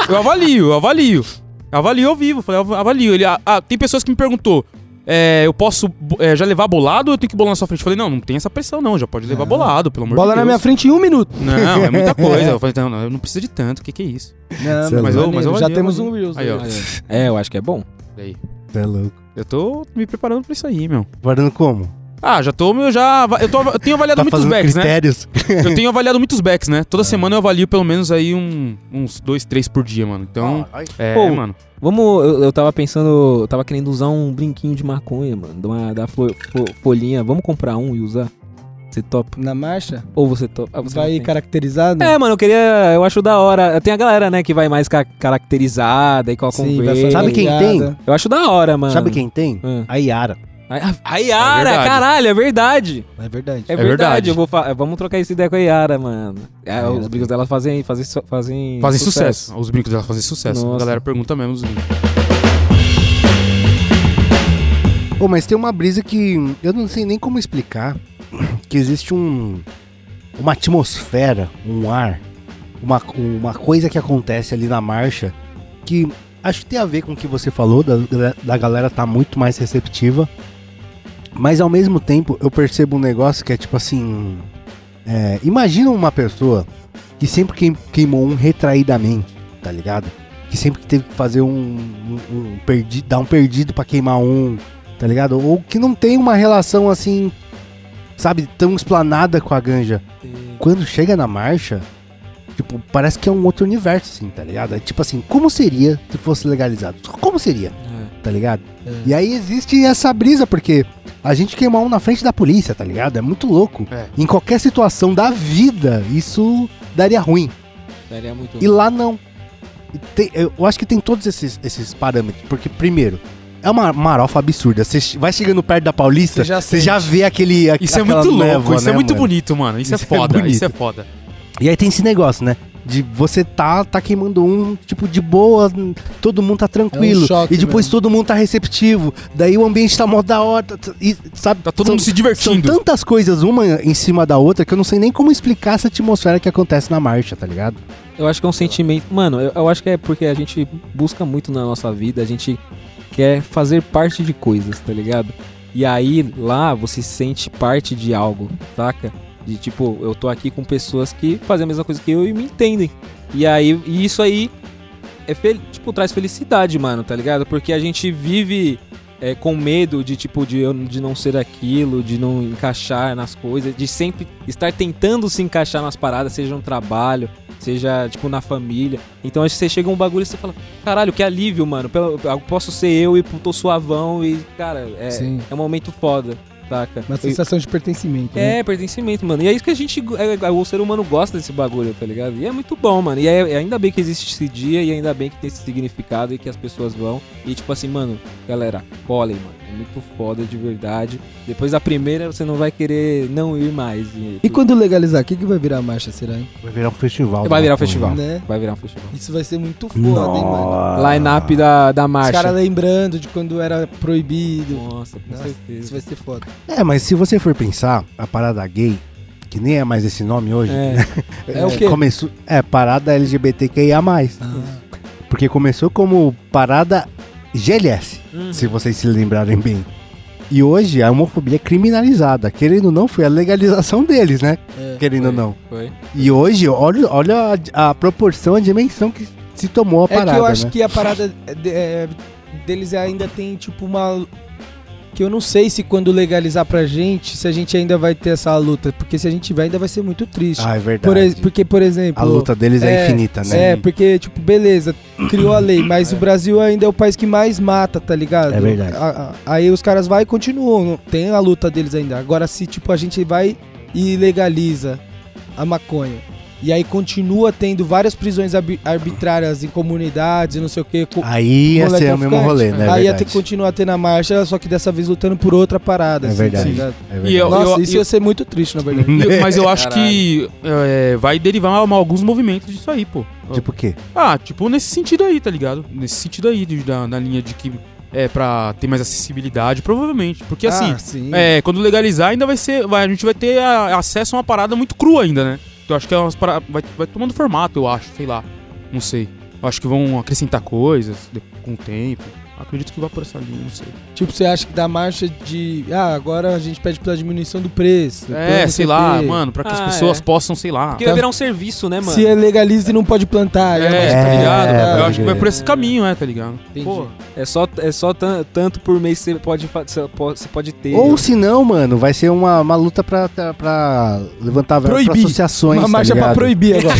eu avalio, eu avalio. Avalio ao vivo, falei, "Av- avalio. Ele, ah, ah, tem pessoas que me perguntou. é, eu posso bo- é, já levar bolado ou eu tenho que bolar na sua frente? Eu falei, não, não tem essa pressão, não. Já pode levar bolado, pelo amor Bola de na minha Deus. frente em um minuto. na minha frente. Não, é muita coisa. Eu falei, não, não, não precisa de tanto. O que, que é isso? Não, Sei Mas lá. eu, mas eu já avalio, temos avalio. um Reels. Aí, ó. né? É, eu acho que é bom. Aí. Você é louco. Eu tô me preparando pra isso aí, meu. Guardando como? Ah, já tô, meu, já. Eu, tô, eu tenho É avaliado Tá muitos fazendo backs, né? critérios? Eu tenho avaliado muitos backs, né? Toda semana eu avalio pelo menos aí um- uns dois, três por dia, mano. Então, Caralho. é, Pô, mano. Vamos, eu, eu tava pensando, eu tava querendo usar um brinquinho de maconha, mano, de uma- da fo- fo- folhinha. Vamos comprar um e usar? Você topa? Na marcha, Ou você topa? Ah, você não vai um. tem. caracterizado. É, mano, eu queria. Eu acho da hora. Tem a galera, né, que vai mais ca- caracterizada e coloca um vai verde. fazer Sabe quem piada. Eu acho da hora, mano. Sabe quem tem? Ah. A Yara. A a Yara, É verdade. caralho, é verdade. É verdade. É, É verdade. verdade. Eu vou fa- Vamos trocar essa ideia com a Yara, mano. É, Yara os brincos dela fazem, fazem, so- fazem, Fazem sucesso. Os brincos dela fazem sucesso. A Nossa. galera pergunta mesmo os brincos. Pô, mas tem uma brisa que eu não sei nem como explicar. Que existe um. Uma atmosfera, um ar, uma, uma coisa que acontece ali na marcha que acho que tem a ver com o que você falou, da, da galera tá muito mais receptiva. Mas ao mesmo tempo eu percebo um negócio que é tipo assim. é, imagina uma pessoa que sempre queim- queimou um retraidamente, tá ligado? Que sempre que teve que fazer um. um, um perdi- dar um perdido pra queimar um tá ligado? Ou que não tem uma relação assim, sabe, tão explanada com a ganja. Quando chega na marcha, tipo, parece que é um outro universo, assim, tá ligado? É tipo assim, como seria se fosse legalizado? Como seria, É, tá ligado? E aí existe essa brisa, porque a gente queimar um na frente da polícia, tá ligado? É muito louco. É. Em qualquer situação da vida, isso daria ruim. Daria muito. E lá não. E tem- eu acho que tem todos esses, esses parâmetros. Porque, primeiro, É uma marofa absurda. Você vai chegando perto da Paulista, Você já você já, vê aquele. aque- Isso é aquela muito louco, névoa, isso é né, muito mano? bonito, mano. Isso, Isso é é foda, isso bonito. é foda. E aí tem esse negócio, né? De você tá, tá queimando um, tipo, de boa, n- todo mundo tá É um tranquilo. choque e depois né? mesmo. todo mundo tá receptivo. Daí o ambiente tá mó da hora. tá- tá- E, sabe? Tá todo são, mundo se são divertindo. tantas coisas, uma em cima da outra, que eu não sei nem como explicar essa atmosfera que acontece na marcha, tá ligado? Eu acho que é um sentimento. Mano, eu, eu acho que é porque a gente busca muito na nossa vida, a gente quer fazer parte de coisas, tá ligado? E aí lá você sente parte de algo, saca? De tipo, eu tô aqui com pessoas que fazem a mesma coisa que eu e me entendem. E aí, e isso aí é fel- tipo, traz felicidade, mano, tá ligado? Porque a gente vive é, com medo de, tipo, de, eu- de não ser aquilo, de não encaixar nas coisas, de sempre estar tentando se encaixar nas paradas, seja no trabalho, seja, tipo, na família. Então, acho que você chega um bagulho e você fala, caralho, que alívio, mano. Pelo- Eu posso ser eu e tô suavão e, cara, é, Sim. é um momento foda, saca? Uma Eu- sensação de pertencimento. né? é, pertencimento, mano. E é isso que a gente. é, é, o ser humano gosta desse bagulho, tá ligado? E é muito bom, mano. E é, é ainda bem que existe esse dia e ainda bem que tem esse significado e que as pessoas vão. E tipo assim, mano, galera, colhem, mano. É muito foda de verdade. Depois da primeira, você não vai querer não ir mais. E, E quando legalizar, o que, que vai virar a marcha, será? Hein? Vai virar um festival. Vai né? virar um festival. Né? Vai virar um festival. Isso vai ser muito foda, hein, mano? Nossa. Line-up da, da Os marcha. caras lembrando de quando era proibido. Nossa, com Nossa, certeza. Isso vai ser foda. É, mas se você for pensar, a parada gay, que nem é mais esse nome hoje, É. É o quê? Começou, é, parada LGBTQIA. Ah, Porque começou como parada GLS, Hum. Uhum. se vocês se lembrarem bem. E hoje a homofobia é criminalizada. Querendo ou não, foi a legalização deles, né? é. Querendo ou foi. não. Foi. E hoje, olha, olha a, a proporção, a dimensão que se tomou a É parada, que eu acho né? que a parada de- é, deles ainda tem, tipo, uma. Que eu não sei se quando legalizar pra gente, se a gente ainda vai ter essa luta. Porque se a gente tiver, ainda vai ser muito triste. Ah, é Por verdade. ex- porque, por exemplo. a luta deles é, é, infinita, né? É, porque, tipo, beleza, criou a lei, mas o Brasil ainda é o país que mais mata, tá ligado? É verdade. A- a- aí os caras vai e continuam, não- tem a luta deles ainda. Agora, se, tipo, a gente vai e legaliza a maconha, e aí continua tendo várias prisões arbi- arbitrárias em comunidades, e não sei o quê. co- Aí ia Moleque ser o mesmo traficante. rolê, né? Ah, É aí ia ter verdade. que continuar tendo a marcha, só que dessa vez lutando por outra parada. É assim, verdade. tá ligado? É verdade. E eu- Nossa, isso eu- ia ser muito triste, na verdade. E- Mas eu acho Caralho. que é, vai derivar uma- alguns movimentos disso aí, pô. Tipo o quê? Ah, tipo, nesse sentido aí, tá ligado? Nesse sentido aí, de- da- na linha de que é pra ter mais acessibilidade, provavelmente. Porque assim, Ah, sim. é, quando legalizar, ainda vai ser. vai- a gente vai ter a- acesso a uma parada muito crua ainda, né? Eu acho que é umas para- vai, vai tomando formato, eu acho, sei lá. Não sei. Eu acho que vão acrescentar coisas de- com o tempo. Acredito que vai por essa linha, não sei. Tipo, você acha que dá marcha de. Ah, agora a gente pede pela diminuição do preço. pelo É, não sei o lá, quê. mano, pra que as Ah, pessoas é. possam, sei lá. Porque vai virar um serviço, né, mano? Se é legaliza e não pode plantar. É, já mais- tá É, ligado? é, eu acho que vai é. por esse caminho, é, tá ligado? Entendi. Pô, É só, é só tan- tanto por mês você pode, fa- você pode, você pode ter. né? Ou se não, mano, vai ser uma, uma luta pra, pra levantar verba pra Proibir. associações, Uma tá marcha pra ligado? proibir agora.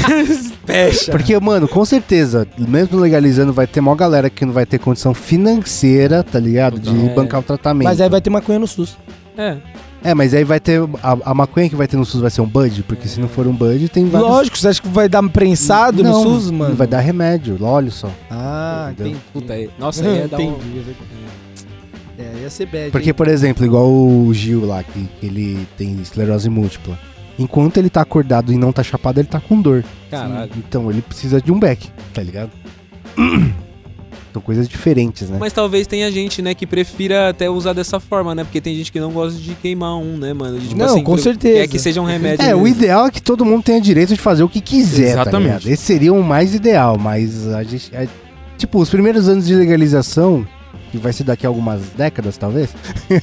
fecha. Porque, mano, com certeza, mesmo legalizando, vai ter mó galera que não vai ter condição financeira, tá ligado? De Total. É. bancar o tratamento. Mas aí vai ter maconha no SUS. É. É, mas aí vai ter. A, a maconha que vai ter no SUS vai ser um bud, porque se não for um bud, tem vários. Lógico, você acha que vai dar um prensado Não, no SUS, mano? Vai dar remédio, olha só. Ah, Entendeu? entendi. Puta, é- nossa, aí ia dar um... entendi. É, ia ser bad. Porque, hein? por exemplo, igual o Gil lá, que que ele tem esclerose múltipla. Enquanto ele tá acordado e não tá chapado, ele tá com dor. Caralho. Então ele precisa de um back, tá ligado? São coisas diferentes, né? Mas talvez tenha gente, né, que prefira até usar dessa forma, né? Porque tem gente que não gosta de queimar um, né, mano? De, tipo Não, assim, com que- certeza. Quer que seja um remédio. É, o mesmo. ideal é que todo mundo tenha direito de fazer o que quiser, Exatamente. tá ligado? Esse seria o mais ideal, mas a gente... é- tipo, os primeiros anos de legalização, que vai ser daqui a algumas décadas, talvez?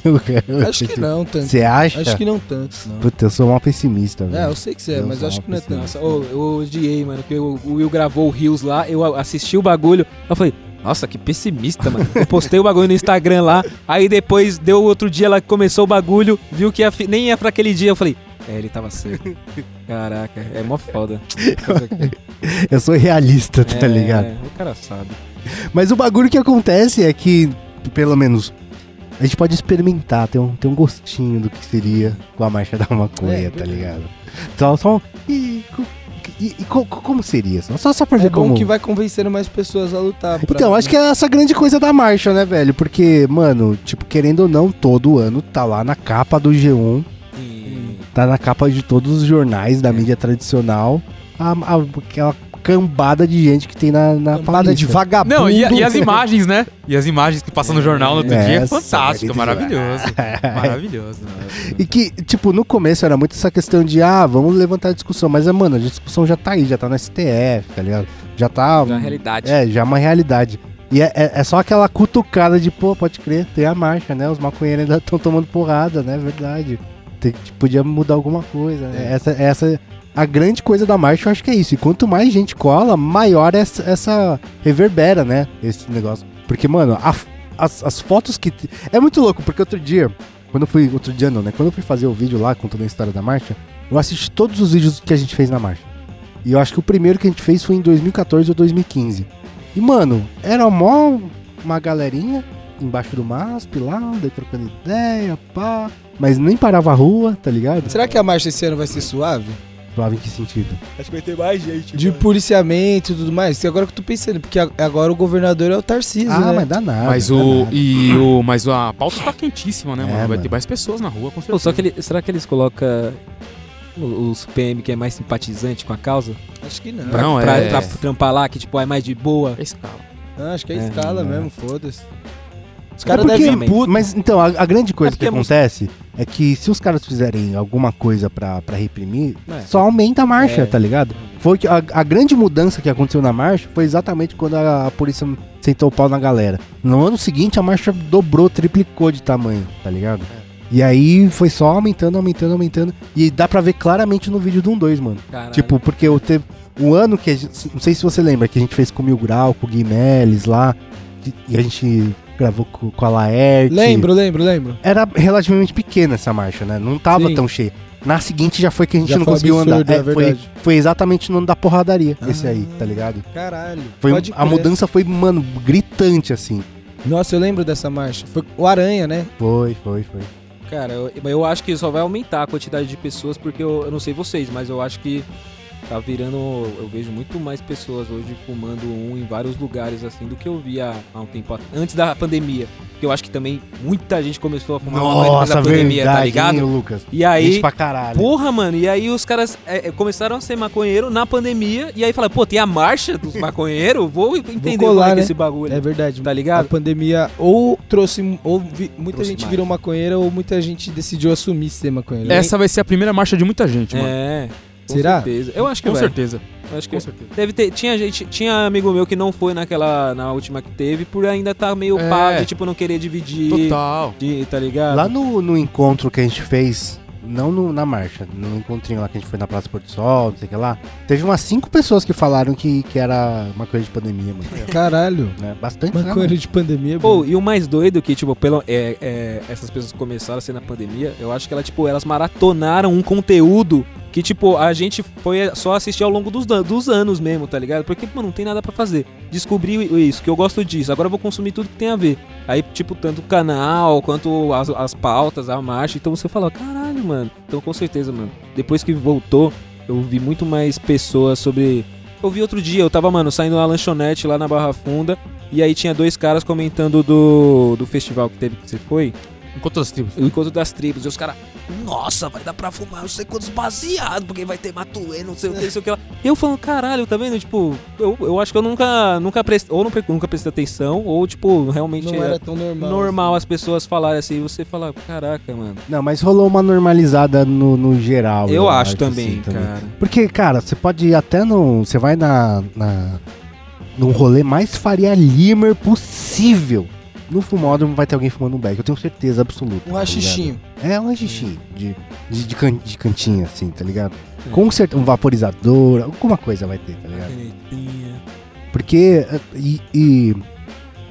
Eu quero- Acho que não tanto. Você acha? Acho que não tanto, não. Puta, eu sou mal pessimista, É, eu velho. sei que você é, Eu mas sou acho que não é uma pessoa- tanto. Nossa, ô, eu odiei, mano, que o o Will gravou o Rios lá, eu a- assisti o bagulho, eu falei, nossa, que pessimista, mano. Eu postei o bagulho no Instagram lá, aí depois deu outro dia, ela começou o bagulho, viu que ia fi- nem ia pra aquele dia, eu falei, é, ele tava certo. Caraca, é mó foda. Eu, sou realista, tá É, ligado? O cara sabe. Mas o bagulho que acontece é que, pelo menos, a gente pode experimentar, ter um, ter um gostinho do que seria com a marcha da maconha, É, tá verdade. ligado? Só, só um. Ih, cu- que- E, e co- co- como seria isso? Só, só pra ver É bom como. que vai convencendo mais pessoas a lutar. pra- Então, acho que é essa a grande coisa da marcha, né, velho? Porque, mano, tipo, querendo ou não, todo ano tá lá na capa do G1, tá na capa de todos os jornais É. da mídia tradicional, a, a- aquela cambada de gente que tem na, na Cambada de Paulista. vagabundo. Não, e, e as imagens, né? E as imagens que passam no jornal no outro É, dia é essa, fantástico, maravilhoso. maravilhoso. Maravilhoso. E que, tipo, no começo era muito essa questão de, ah, vamos levantar a discussão. Mas, é, mano, a discussão já tá aí, já tá no STF, tá ligado? Já tá. Na realidade. É, já é uma realidade. E é, é- é só aquela cutucada de, pô, pode crer, tem a marcha, né? Os maconheiros ainda estão tomando porrada, né? Verdade. Tem, que- podia mudar alguma coisa. né? Essa, essa a grande coisa da marcha, eu acho que é isso. E quanto mais gente cola, maior é essa, essa reverbera, né? Esse negócio. Porque, mano, a f- as, as fotos que. te- É muito louco, porque outro dia, quando eu fui. Outro dia não, né? Quando eu fui fazer o vídeo lá contando a história da marcha, eu assisti todos os vídeos que a gente fez na marcha. E eu acho que o primeiro que a gente fez foi em 2014 ou 2015. E, mano, era mó uma galerinha embaixo do MASP lá, daí trocando ideia, pá. Mas nem parava a rua, tá ligado? Será que a marcha esse ano vai ser suave? Suave em que sentido? Acho que vai ter mais gente. De policiamento e tudo mais? Que agora que eu tô pensando, porque a- agora o governador é o Tarcísio, Ah, né? mas dá nada. Mas dá o. nada. E o. Mas a pauta tá quentíssima, né, É, mano? Vai mano. ter mais pessoas na rua, com certeza. Pô, só que ele, será que eles colocam o- os PM que é mais simpatizante com a causa? Acho que não. Pra, Não, pra, é- pra trampar lá, que tipo, é mais de boa. É escala. Ah, acho que é É, escala é. mesmo, foda-se. Os É caras porque- devem ir puto. Mas então, a, a grande coisa É que porque é muito- acontece é que se os caras fizerem alguma coisa pra, pra reprimir, É. só aumenta a marcha, É. tá ligado? Foi que a, a grande mudança que aconteceu na marcha foi exatamente quando a, a polícia sentou o pau na galera. No ano seguinte, a marcha dobrou, triplicou de tamanho, tá ligado? E aí foi só aumentando, aumentando, aumentando. E dá pra ver claramente no vídeo do 1-2, mano. Caralho. Tipo, porque eu teve um ano que a gente, não sei se você lembra, que a gente fez com o Mil Grau, com o Guimeles lá, que- e a gente gravou co- com, a Laerte. Lembro, lembro, lembro. Era relativamente pequena essa marcha, né? Não tava Sim. tão cheia. Na seguinte já foi que a gente Já não foi conseguiu absurdo, andar. é foi, verdade. foi exatamente no ano da porradaria, esse Ah. aí, tá ligado? Caralho. Foi, pode a crer. mudança foi, mano, gritante, assim. Nossa, eu lembro dessa marcha. Foi o Aranha, né? Foi, foi, foi. Cara, eu, eu acho que só vai aumentar a quantidade de pessoas, porque eu, eu não sei vocês, mas eu acho que tá virando. Eu vejo muito mais pessoas hoje fumando um em vários lugares, assim, do que eu via há um tempo at- antes da pandemia. Porque eu acho que também muita gente começou a fumar maconha depois Nossa, da pandemia, verdade, tá ligado? hein, Lucas? E aí. Gente pra caralho. Porra, mano, e aí os caras é, é, começaram a ser maconheiro na pandemia, e aí falaram, pô, tem a marcha dos maconheiros, vou entender colar, como é que né? esse bagulho. É verdade. Tá A ligado? pandemia ou trouxe. Ou vi- muita Trouxe gente mais. virou maconheira ou muita gente decidiu assumir ser maconheira. Essa vai ser a primeira marcha de muita gente, mano. É. com Será? certeza. Eu acho que Com vai. certeza. Eu acho que Com certeza. Deve ter, tinha gente, tinha amigo meu que não foi naquela, na última que teve, por ainda tá meio É. pá de, tipo, não querer dividir, Total. de- tá ligado? Lá no, no encontro que a gente fez, não no- na marcha, no encontrinho lá que a gente foi na Praça Porto do Sol, não sei o que lá, teve umas cinco pessoas que falaram que, que era uma coisa de pandemia, mano. Caralho. Né? Bastante, né? Maconheiro de pandemia, Pô, Pô, e o mais doido que, tipo, pelo, é, é, essas pessoas que começaram a ser na pandemia, eu acho que ela, tipo, elas maratonaram um conteúdo que, tipo, a gente foi só assistir ao longo dos, dan- dos anos mesmo, tá ligado? Porque, mano, não tem nada pra fazer. Descobri isso, que eu gosto disso, agora eu vou consumir tudo que tem a ver. Aí, tipo, tanto o canal, quanto as, as pautas, a marcha, então você fala, caralho, mano. Então, com certeza, mano, depois que voltou, eu vi muito mais pessoas sobre... Eu vi outro dia, eu tava, mano, saindo na lanchonete lá na Barra Funda, e aí tinha dois caras comentando do, do festival que teve que você foi, Enquanto as tribos. o encontro das tribos. E os caras, nossa, vai dar pra fumar não sei quantos baseados, porque vai ter matuê, não sei o que, não sei o que lá. E eu falando, caralho, tá vendo? Tipo, eu, eu acho que eu nunca, nunca prestei, ou não, pre- nunca prestei atenção, ou tipo, realmente não era tão normal. normal as pessoas falarem assim, e você fala, caraca, mano. Não, mas rolou uma normalizada no, no geral. Eu, acho, também, assim, cara. Porque, cara, você pode ir até no. Você vai na. na num rolê mais Faria Limer possível. No fumódromo vai ter alguém fumando um beck, eu tenho certeza absoluta. Um tá ligado? rachixinho. É um xixi de, de, de, can- de cantinho, assim, tá ligado? É. Com certeza, um vaporizador, alguma coisa vai ter, tá ligado? Canetinha. Porque, eh, e, e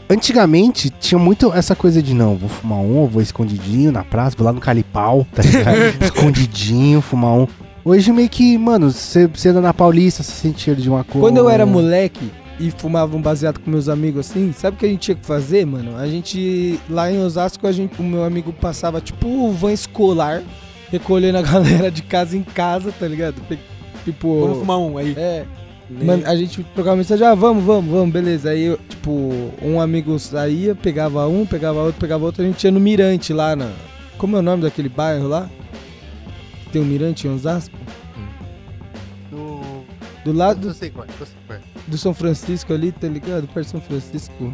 antigamente tinha muito essa coisa de, não, vou fumar um, eu vou escondidinho na praça, vou lá no Calipau, tá ligado? escondidinho, fumar um. Hoje meio que, mano, você você anda na Paulista, você sente cheiro de uma coisa. Quando eu era moleque e fumava um baseado com meus amigos assim, sabe o que a gente tinha que fazer, mano? A gente, lá em Osasco, a gente, o meu amigo passava tipo o van escolar, recolhendo a galera de casa em casa, tá ligado? Pe- tipo. Vamos fumar um aí. É. Mano, a gente trocava mensagem, ah, vamos, vamos, vamos, beleza. Aí, eu, tipo, um amigo saía, pegava um, pegava outro, pegava outro, a gente ia no Mirante lá na. Como é o nome daquele bairro lá? Que Tem um Mirante em Osasco? Do... Do lado sei qual, Ah, eu sei qual. do São Francisco ali, tá ligado? Perto de São Francisco.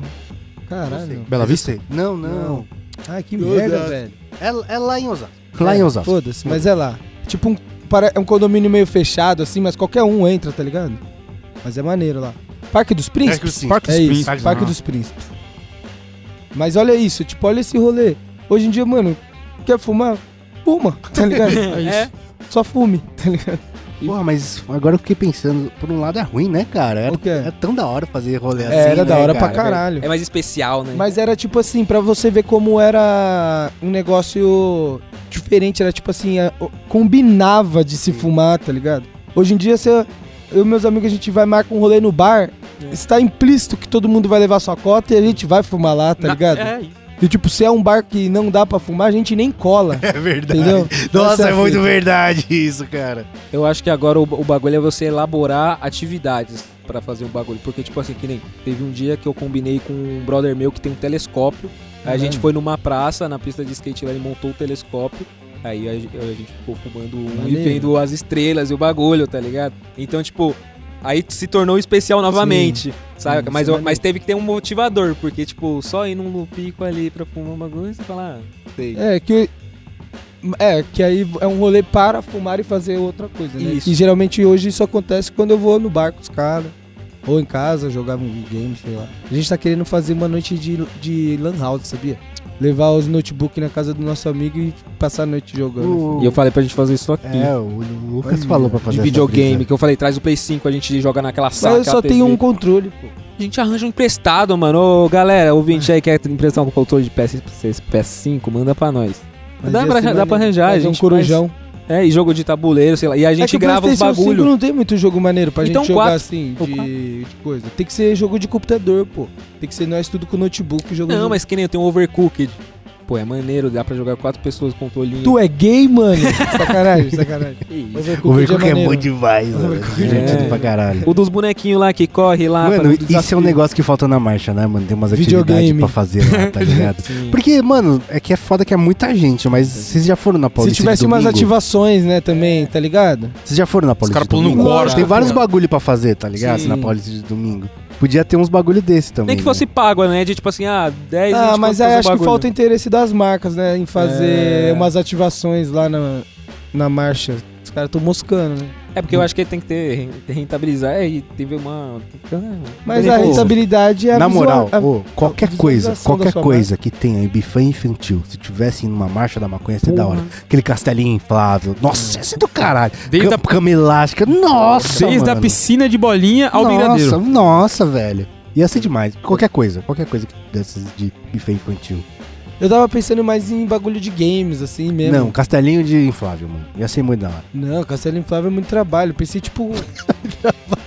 Caralho. Bela Vista? Não, não. Ai, que Meu merda, Deus. velho. É, é lá em Osasco. Lá em É, Osasco. Foda-se, mas é lá. Tipo um, para- é um condomínio meio fechado, assim, mas qualquer um entra, tá ligado? Mas é maneiro lá. Parque dos Príncipes? Parque dos Príncipes. Parque dos é isso, Príncipes, Parque né? dos Príncipes. Mas olha isso, tipo, olha esse rolê. Hoje em dia, mano, quer fumar? Fuma, tá ligado? É isso. Só fume, tá ligado? Porra, mas agora eu fiquei pensando, por um lado é ruim, né, cara? Era, O quê? é tão da hora fazer rolê assim. É, era da né, hora cara? pra caralho. É mais especial, né? Mas era tipo assim, pra você ver como era um negócio diferente, era tipo assim, a- o- combinava de se fumar, tá ligado? Hoje em dia, você, eu e meus amigos, a gente vai marcar um rolê no bar, está implícito que todo mundo vai levar sua cota e a gente vai fumar lá, tá Na- ligado? É isso. E tipo, se é um bar que não dá pra fumar, a gente nem cola, É verdade. entendeu? Então, assim, Nossa, Essa é a muito fita. verdade isso, cara. Eu acho que agora o, o bagulho é você elaborar atividades pra fazer o bagulho. Porque, tipo assim, que nem teve um dia que eu combinei com um brother meu que tem um telescópio. Aí Uhum. a gente foi numa praça, na pista de skate lá, ele montou o telescópio. Aí a, ge- a gente ficou fumando um Maneiro. e vendo as estrelas e o bagulho, tá ligado? Então, tipo, aí se tornou especial novamente, sabe? Hum, mas, isso é eu- mas teve que ter um motivador, porque, tipo, só ir num pico ali pra fumar um bagulho, você fala, ah, sei. É, que. É, que aí é um rolê para fumar e fazer outra coisa, né? Isso. Que geralmente hoje isso acontece quando eu vou no bar com os caras. Ou em casa, jogar um game, sei lá. A gente tá querendo fazer uma noite de, de lan house, sabia? Levar os notebook na casa do nosso amigo e passar a noite jogando. O- E eu falei pra gente fazer isso aqui. É, o Lucas falou pra fazer de essa videogame, brisa. que eu falei, traz o Play 5, a gente joga naquela Mas sala. eu só aquela tenho TV. um controle, pô. A gente arranja um emprestado, mano. Ô, galera, ouvinte aí quer emprestar um controle de PS6, PS5, manda pra nós. Mas Dá ia pra- ser dá pra maneiro. arranjar, Fazer a um gente corujão. É, e jogo de tabuleiro, sei lá. E a É gente que o grava os PlayStation 5 bagulho. não tem muito jogo maneiro pra Então, gente jogar quatro. assim, Ou de, de coisa. Tem que ser jogo de computador, pô. Tem que ser nós tudo com notebook jogando. Não, mas que nem eu tenho um Overcooked. Pô, é maneiro, dá pra jogar quatro pessoas com controlinho. Tu é gay, mano? sacanagem, sacanagem. Que isso. O Overcooked Overcooked é maneiro. bom demais, O mano. Overcooked é Divertido maneiro. pra caralho. O dos bonequinhos lá que corre lá. pra- Mano, do isso é desafio. um negócio que falta na marcha, né, mano? Tem umas atividades Videogame. pra fazer lá, tá ligado? Sim. Porque, mano, é que é foda que é muita gente, mas vocês já foram na Se Paulista tivesse de umas domingo? ativações, né, também, tá ligado? Vocês já foram na Paulista caras de pulam no domingo? corte, Tem tá vários ligado? bagulho pra fazer, tá ligado? Sim. Na Paulista de domingo. Podia ter uns bagulho desse também. Nem que fosse pago, né? De tipo assim, ah, 10 Ah, mas aí aí acho que falta interesse das marcas, né, em fazer É. umas ativações lá na, na marcha. Os caras tão moscando, né? É porque eu acho que tem que ter rentabilizar. É, e teve uma. Mas Tem né? a que- rentabilidade é a Na visual- moral, a- ô, qualquer coisa, visualização da qualquer sua coisa que tenha em buffet infantil, se tivesse numa marcha da maconha, ia ser da Porra. hora. Aquele castelinho inflável, nossa, esse é do caralho. Desde Cam- Cama elástica, nossa, Desde a mano. piscina de bolinha ao Nossa, brigadeiro. nossa, velho. Ia ser demais. Qualquer coisa, qualquer coisa que dessas de buffet infantil. Eu tava pensando mais em bagulho de games, assim, mesmo. Não, castelinho de inflável, mano. Ia ser muito da hora. Não, Castelo Inflável é muito trabalho. Pensei, tipo...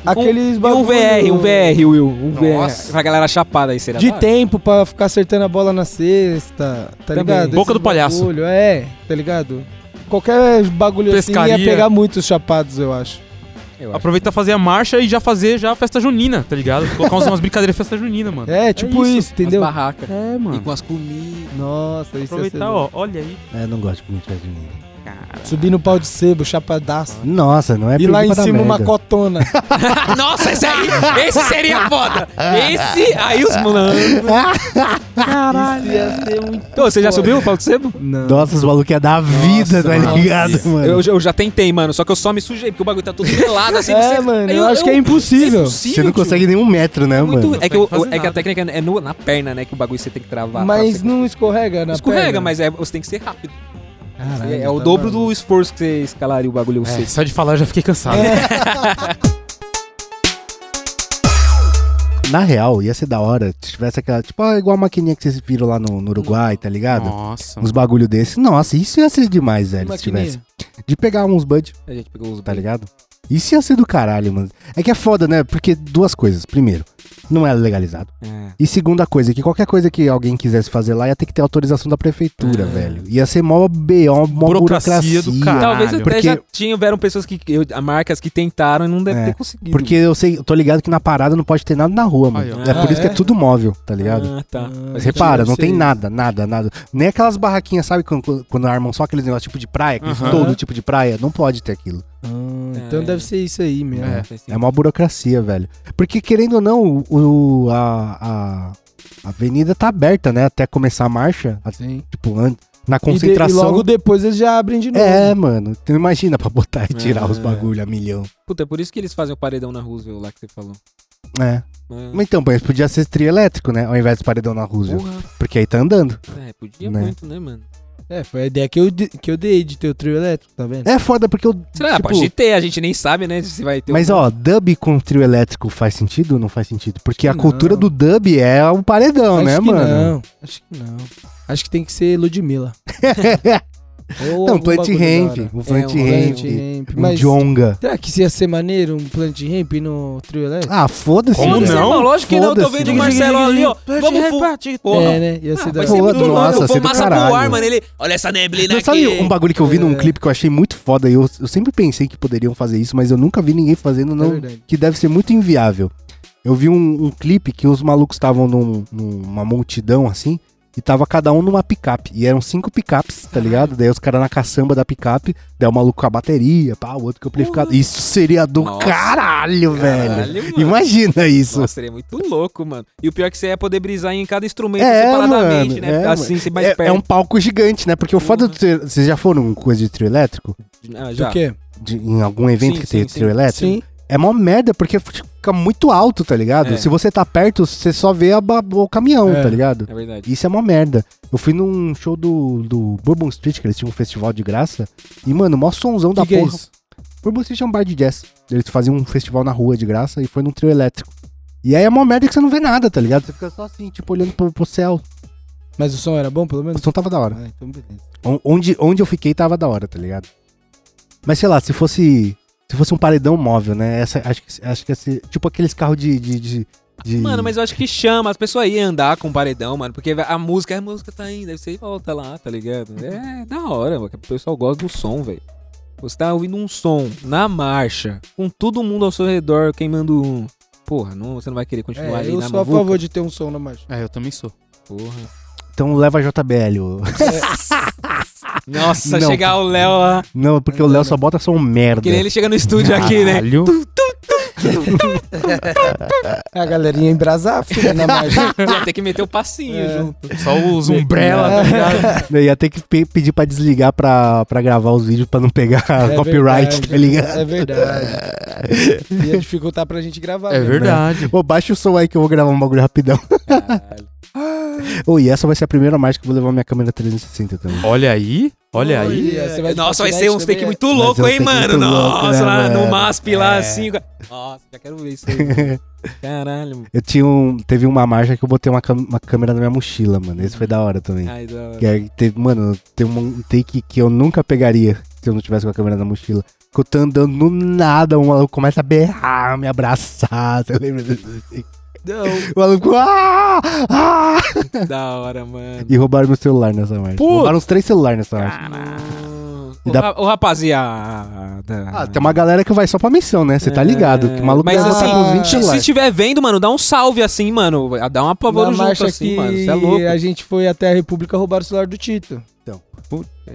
aqueles E bagulho... um VR, um VR, Will. Um Nossa. VR. Pra galera chapada aí, será? Ah, De tempo pra ficar acertando a bola na cesta, tá Também. ligado? Boca do palhaço. bagulho, É, tá ligado? Qualquer bagulho assim Pescaria. ia pegar muitos chapados, eu acho. Eu acho. Aproveitar fazer a marcha e já fazer já a festa junina, tá ligado? Colocar umas, umas brincadeiras de festa junina, mano. É, tipo isso, entendeu? As barracas. É, E com as comidas. Nossa, isso ia ser Aproveitar, louco. ó, olha aí. É, não gosto de comer festa junina. Subir no pau de sebo, chapadaço. Nossa, não é e lá em pra dar cima uma merda. cotona. Nossa, esse aí, esse seria foda. Esse, aí os malandros. Caralho. Isso ia ser muito... Ô, você já subiu o pau de sebo? Não. Nossa, os malucos ia dar a vida, tá nossa. ligado, mano? Eu, eu já tentei, mano, só que eu só me sujei, porque o bagulho tá todo pelado assim. É, mano, eu, acho que é impossível. Você não consegue nem um metro, né, Muito, mano? é, que eu- Não consegue é que a fazer técnica é no- na perna, né? Que o bagulho você tem que travar. pra mas você- não escorrega na escorrega, perna. mas é- você tem que ser rápido. Caralho, é é o tá dobro maluco. do esforço que você escalaria o bagulho. É, você. só de falar eu já fiquei cansado. Na real, ia ser da hora se tivesse aquela, tipo, ah, igual a maquininha que vocês viram lá no, no Uruguai, tá ligado? Nossa. Uns bagulho desse. Nossa, isso ia ser demais, velho, É, se Maquininha. tivesse. De pegar uns bud, A gente pegou os tá ligado? Isso ia ser do caralho, mano. É que é foda, né? Porque duas coisas. Primeiro, não é legalizado. É. E segunda coisa, que qualquer coisa que alguém quisesse fazer lá ia ter que ter autorização da prefeitura, velho. Ia ser mó B.O., mó burocracia. É. Burocracia do caralho. Talvez até Porque- já tinha, houveram pessoas que. eu- marcas que tentaram e não deve É, ter conseguido. Porque eu sei, eu tô ligado que na parada não pode ter nada na rua, mano. Aí, ó. é por Ah, isso que é é? tudo móvel, tá ligado? Ah, tá. Ah, Repara, deve não ser tem isso. nada, nada, nada. Nem aquelas barraquinhas, sabe, quando, quando armam só aqueles negócios tipo de praia, aqueles Aham. todo tipo de praia, não pode ter aquilo. Ah, então É. deve ser isso aí mesmo. É. É uma burocracia, velho. Porque, querendo ou não, o, o- a, a a avenida tá aberta, né? Até começar a marcha, a- Sim. tipo, an- na E de- E, concentração. logo depois eles já abrem de novo. É, mano. Tu imagina pra botar e tirar os É. bagulho a milhão. Puta, é por isso que eles fazem o paredão na Roosevelt lá que você falou. É. Uhum. Ah, Mas então, mas podia ser trio elétrico, né? Ao invés de paredão na Uhum. Roosevelt. porra. Porque aí tá andando. É, podia Né. muito, né, mano? É, foi a ideia que eu, de- que eu dei de ter o trio elétrico, tá vendo? É foda porque o. Será? tipo, pode ter, a gente nem sabe, né? Se vai ter. Mas um- ó, dub com trio elétrico faz sentido ou não faz sentido? Porque a Não. cultura do dub é o paredão, acho né, que mano? Não, acho que não. Acho que tem que ser Ludmilla. Ou Não, algum Plant bagulho da Ramp, hora. É, um Plant um Ramp, Plant Ramp. um Mas Jonga. será que isso ia ser maneiro um Plant Ramp no trio elétrico? Ah, foda-se. Como mano. Foda-se, não? irmão, Lógico que não, tô Foda-se, vendo o mano. Marcelo ali, ó. Vamos fu- Porra. É, né? Ia ser da vai ser hora. muito Nossa, ia ser do fumaça pro caralho. ar, mano. Ele, olha essa neblina Não, aqui. sabe um bagulho que eu vi num É. clipe que eu achei muito foda e eu, eu sempre pensei que poderiam fazer isso, mas eu nunca vi ninguém fazendo, É não, verdade. que deve ser muito inviável. Eu vi um, um clipe que os malucos estavam num- numa multidão assim, e tava cada um numa picape. E eram cinco picapes, tá ligado? Daí os caras na caçamba da picape, daí o maluco com a bateria, pá, o outro com o amplificador. Isso seria do Uhum. Nossa. caralho, velho. Caralho, mano. Imagina isso. Nossa, seria muito louco, mano. E o pior é que você ia poder brisar em cada instrumento É, separadamente, mano, né? é, assim, você mais É, é perto. Uhum. um palco gigante, né? Porque o foda do trio, Vocês já foram em coisa de trio elétrico? Ah, já. Do quê? De- em algum evento Sim, que tem sim, trio sim. elétrico? Sim. É mó merda, porque fica muito alto, tá ligado? É. Se você tá perto, você só vê a ba- o caminhão, É. tá ligado? É verdade. Isso é mó merda. Eu fui num show do, do Bourbon Street, que eles tinham um festival de graça. E, mano, mó sonzão da Que que é porra. isso? Bourbon Street é um bar de jazz. Eles faziam um festival na rua de graça e foi num trio elétrico. E aí é mó merda que você não vê nada, tá ligado? Você fica só assim, tipo, olhando pro, pro céu. Mas o som era bom, pelo O menos? som tava da hora. Ah, então beleza. On- Onde, onde eu fiquei tava da hora, tá ligado? Mas sei lá, se fosse. Se fosse um paredão móvel, né? Essa, acho que, acho que ia ser. Tipo aqueles carros de. de, de- de- Mano, mas eu acho que chama. As pessoas iam andar com o paredão, mano. Porque a música, a música tá indo. Aí você volta lá, tá ligado? É da hora, mano. que O pessoal gosta do som, velho. Você tá ouvindo um som na marcha, com todo mundo ao seu redor queimando um. Porra, não, você não vai querer É, continuar ali eu na sou a muvuca? favor de ter um som na marcha. É, eu também sou. Porra. Então leva a JBL. ô. Nossa, Não. chegar o Léo lá. Não, porque o Léo só bota som merda. Que nem ele chega no estúdio aqui, né? Caralho. É A galerinha embrasar, filha, na marcha. Ia ter que meter o passinho É. junto. Só os umbrella, tá ligado? Eu ia ter que pe- pedir pra desligar pra, pra gravar os vídeos pra não pegar É copyright, verdade, tá ligado? É verdade. Ia dificultar pra gente gravar. né? É mesmo, verdade. Ô, baixa o som aí que eu vou gravar um bagulho rapidão. Caralho. Ô, e essa vai ser a primeira marcha que eu vou levar minha câmera 360 também. Olha aí, olha Olha. aí. Ia, você vai de Nossa, vai patinete ser uns também, take é. muito Vai ser louco, uns hein, take mano? muito louco, Nossa, né, lá no mano? MASP lá, É. assim. Nossa, já quero ver isso aí. mano. Caralho. Eu tinha um. Teve uma marcha que eu botei uma, cam- uma câmera na minha mochila, mano. Esse foi da hora também. Ai, da hora. Que aí teve- mano, tem um take que eu nunca pegaria se eu não tivesse com a câmera na mochila. Que eu tô andando no nada, um maluco começa a berrar, me abraçar. Você lembra desse take? Não, O maluco. Ah! Ah! Da hora, mano. E roubaram meu celular nessa marcha. Puta. Roubaram uns três celulares nessa marcha. Ô, E da- ra- Ô, rapaziada. Ah, tem uma galera que vai só pra missão, né? Você tá ligado. Que o maluco É, Mas deve assim, tá com uns 20 se celulares. estiver vendo, mano, dá um salve assim, mano. Dá uma pavor na junto marcha assim, que mano. Você é louco. a gente foi até a República roubar o celular do Tito.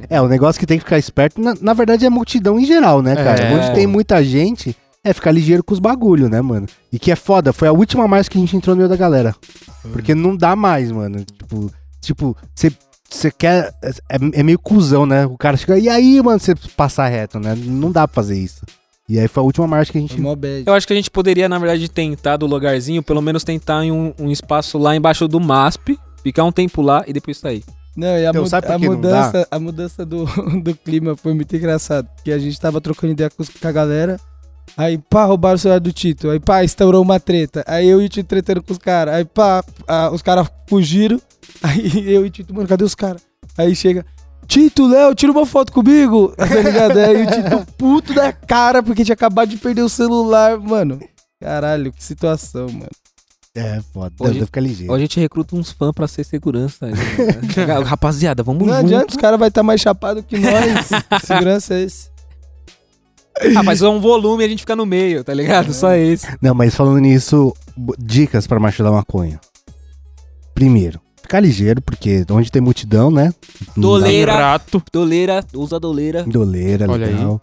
É, o negócio que tem que ficar esperto, na, na verdade, é multidão em geral, né, cara? É. Onde tem muita gente, é ficar ligeiro com os bagulho, né, mano? E que é foda, foi a última marcha que a gente entrou no meio da galera. Porque não dá mais, mano. Tipo, tipo, você. Você quer. É, é meio cuzão, né? O cara chega. E aí, mano, você passar reto, né? Não dá pra fazer isso. E aí foi a última marcha que a gente. Foi mó bad. Eu acho que a gente poderia, na verdade, tentar do lugarzinho, pelo menos tentar em um, um espaço lá embaixo do MASP, ficar um tempo lá e depois sair. Não, e a, Então, mu- sabe por a que não mudança, a mudança do, do clima foi muito engraçado. Porque a gente tava trocando ideia com, os- com a galera. Aí, pá, roubaram o celular do Tito. Aí, pá, estourou uma treta. Aí eu e o Tito tretando com os caras. Aí, pá, ah, os caras fugiram. Aí eu e o Tito, mano, cadê os caras? Aí chega. Tito, Léo, tira uma foto comigo. Tá ligado? Aí o Tito puto da cara porque tinha acabado de perder o celular, mano. Caralho, que situação, mano. É, foda. Hoje- Deve ficar ligeiro. Ó, a gente recruta uns fãs pra ser segurança. aí, né? Rapaziada, vamos Não junto. adianta, os caras vai estar mais chapado que nós. Que Segurança é esse. Ah, mas é um volume e a gente fica no meio, tá ligado? Só esse. Não, mas falando nisso, bo- dicas pra macho da maconha. Primeiro, ficar ligeiro, porque onde tem multidão, né? Não dá- Doleira. Rato. Doleira, usa a doleira. Doleira, Olha aí. legal.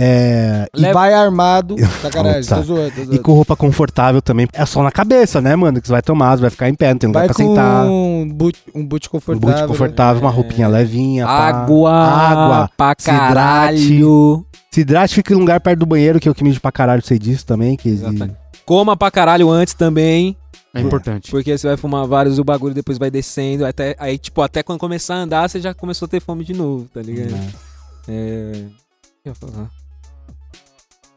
É, E Leva- vai armado. Sacanagem, Puta. tô zoando, tô e zoando. com roupa confortável também. É só na cabeça, né, mano? Que você vai tomar, você vai ficar em pé, não tem lugar Vai pra com sentar. um boot, um boot Um confortável. boot confortável, uma roupinha levinha. pá. né? Água, Água. pra se hidrate. caralho. Se hidrate, fica em um lugar perto do banheiro, que eu que mijo pra caralho, sei disso também. Que Exatamente. Coma pra caralho antes também, É importante. porque você vai fumar vários e o bagulho depois vai descendo. Até, aí, tipo, até quando começar a andar, você já começou a ter fome de novo, tá ligado? É. o que eu ia falar?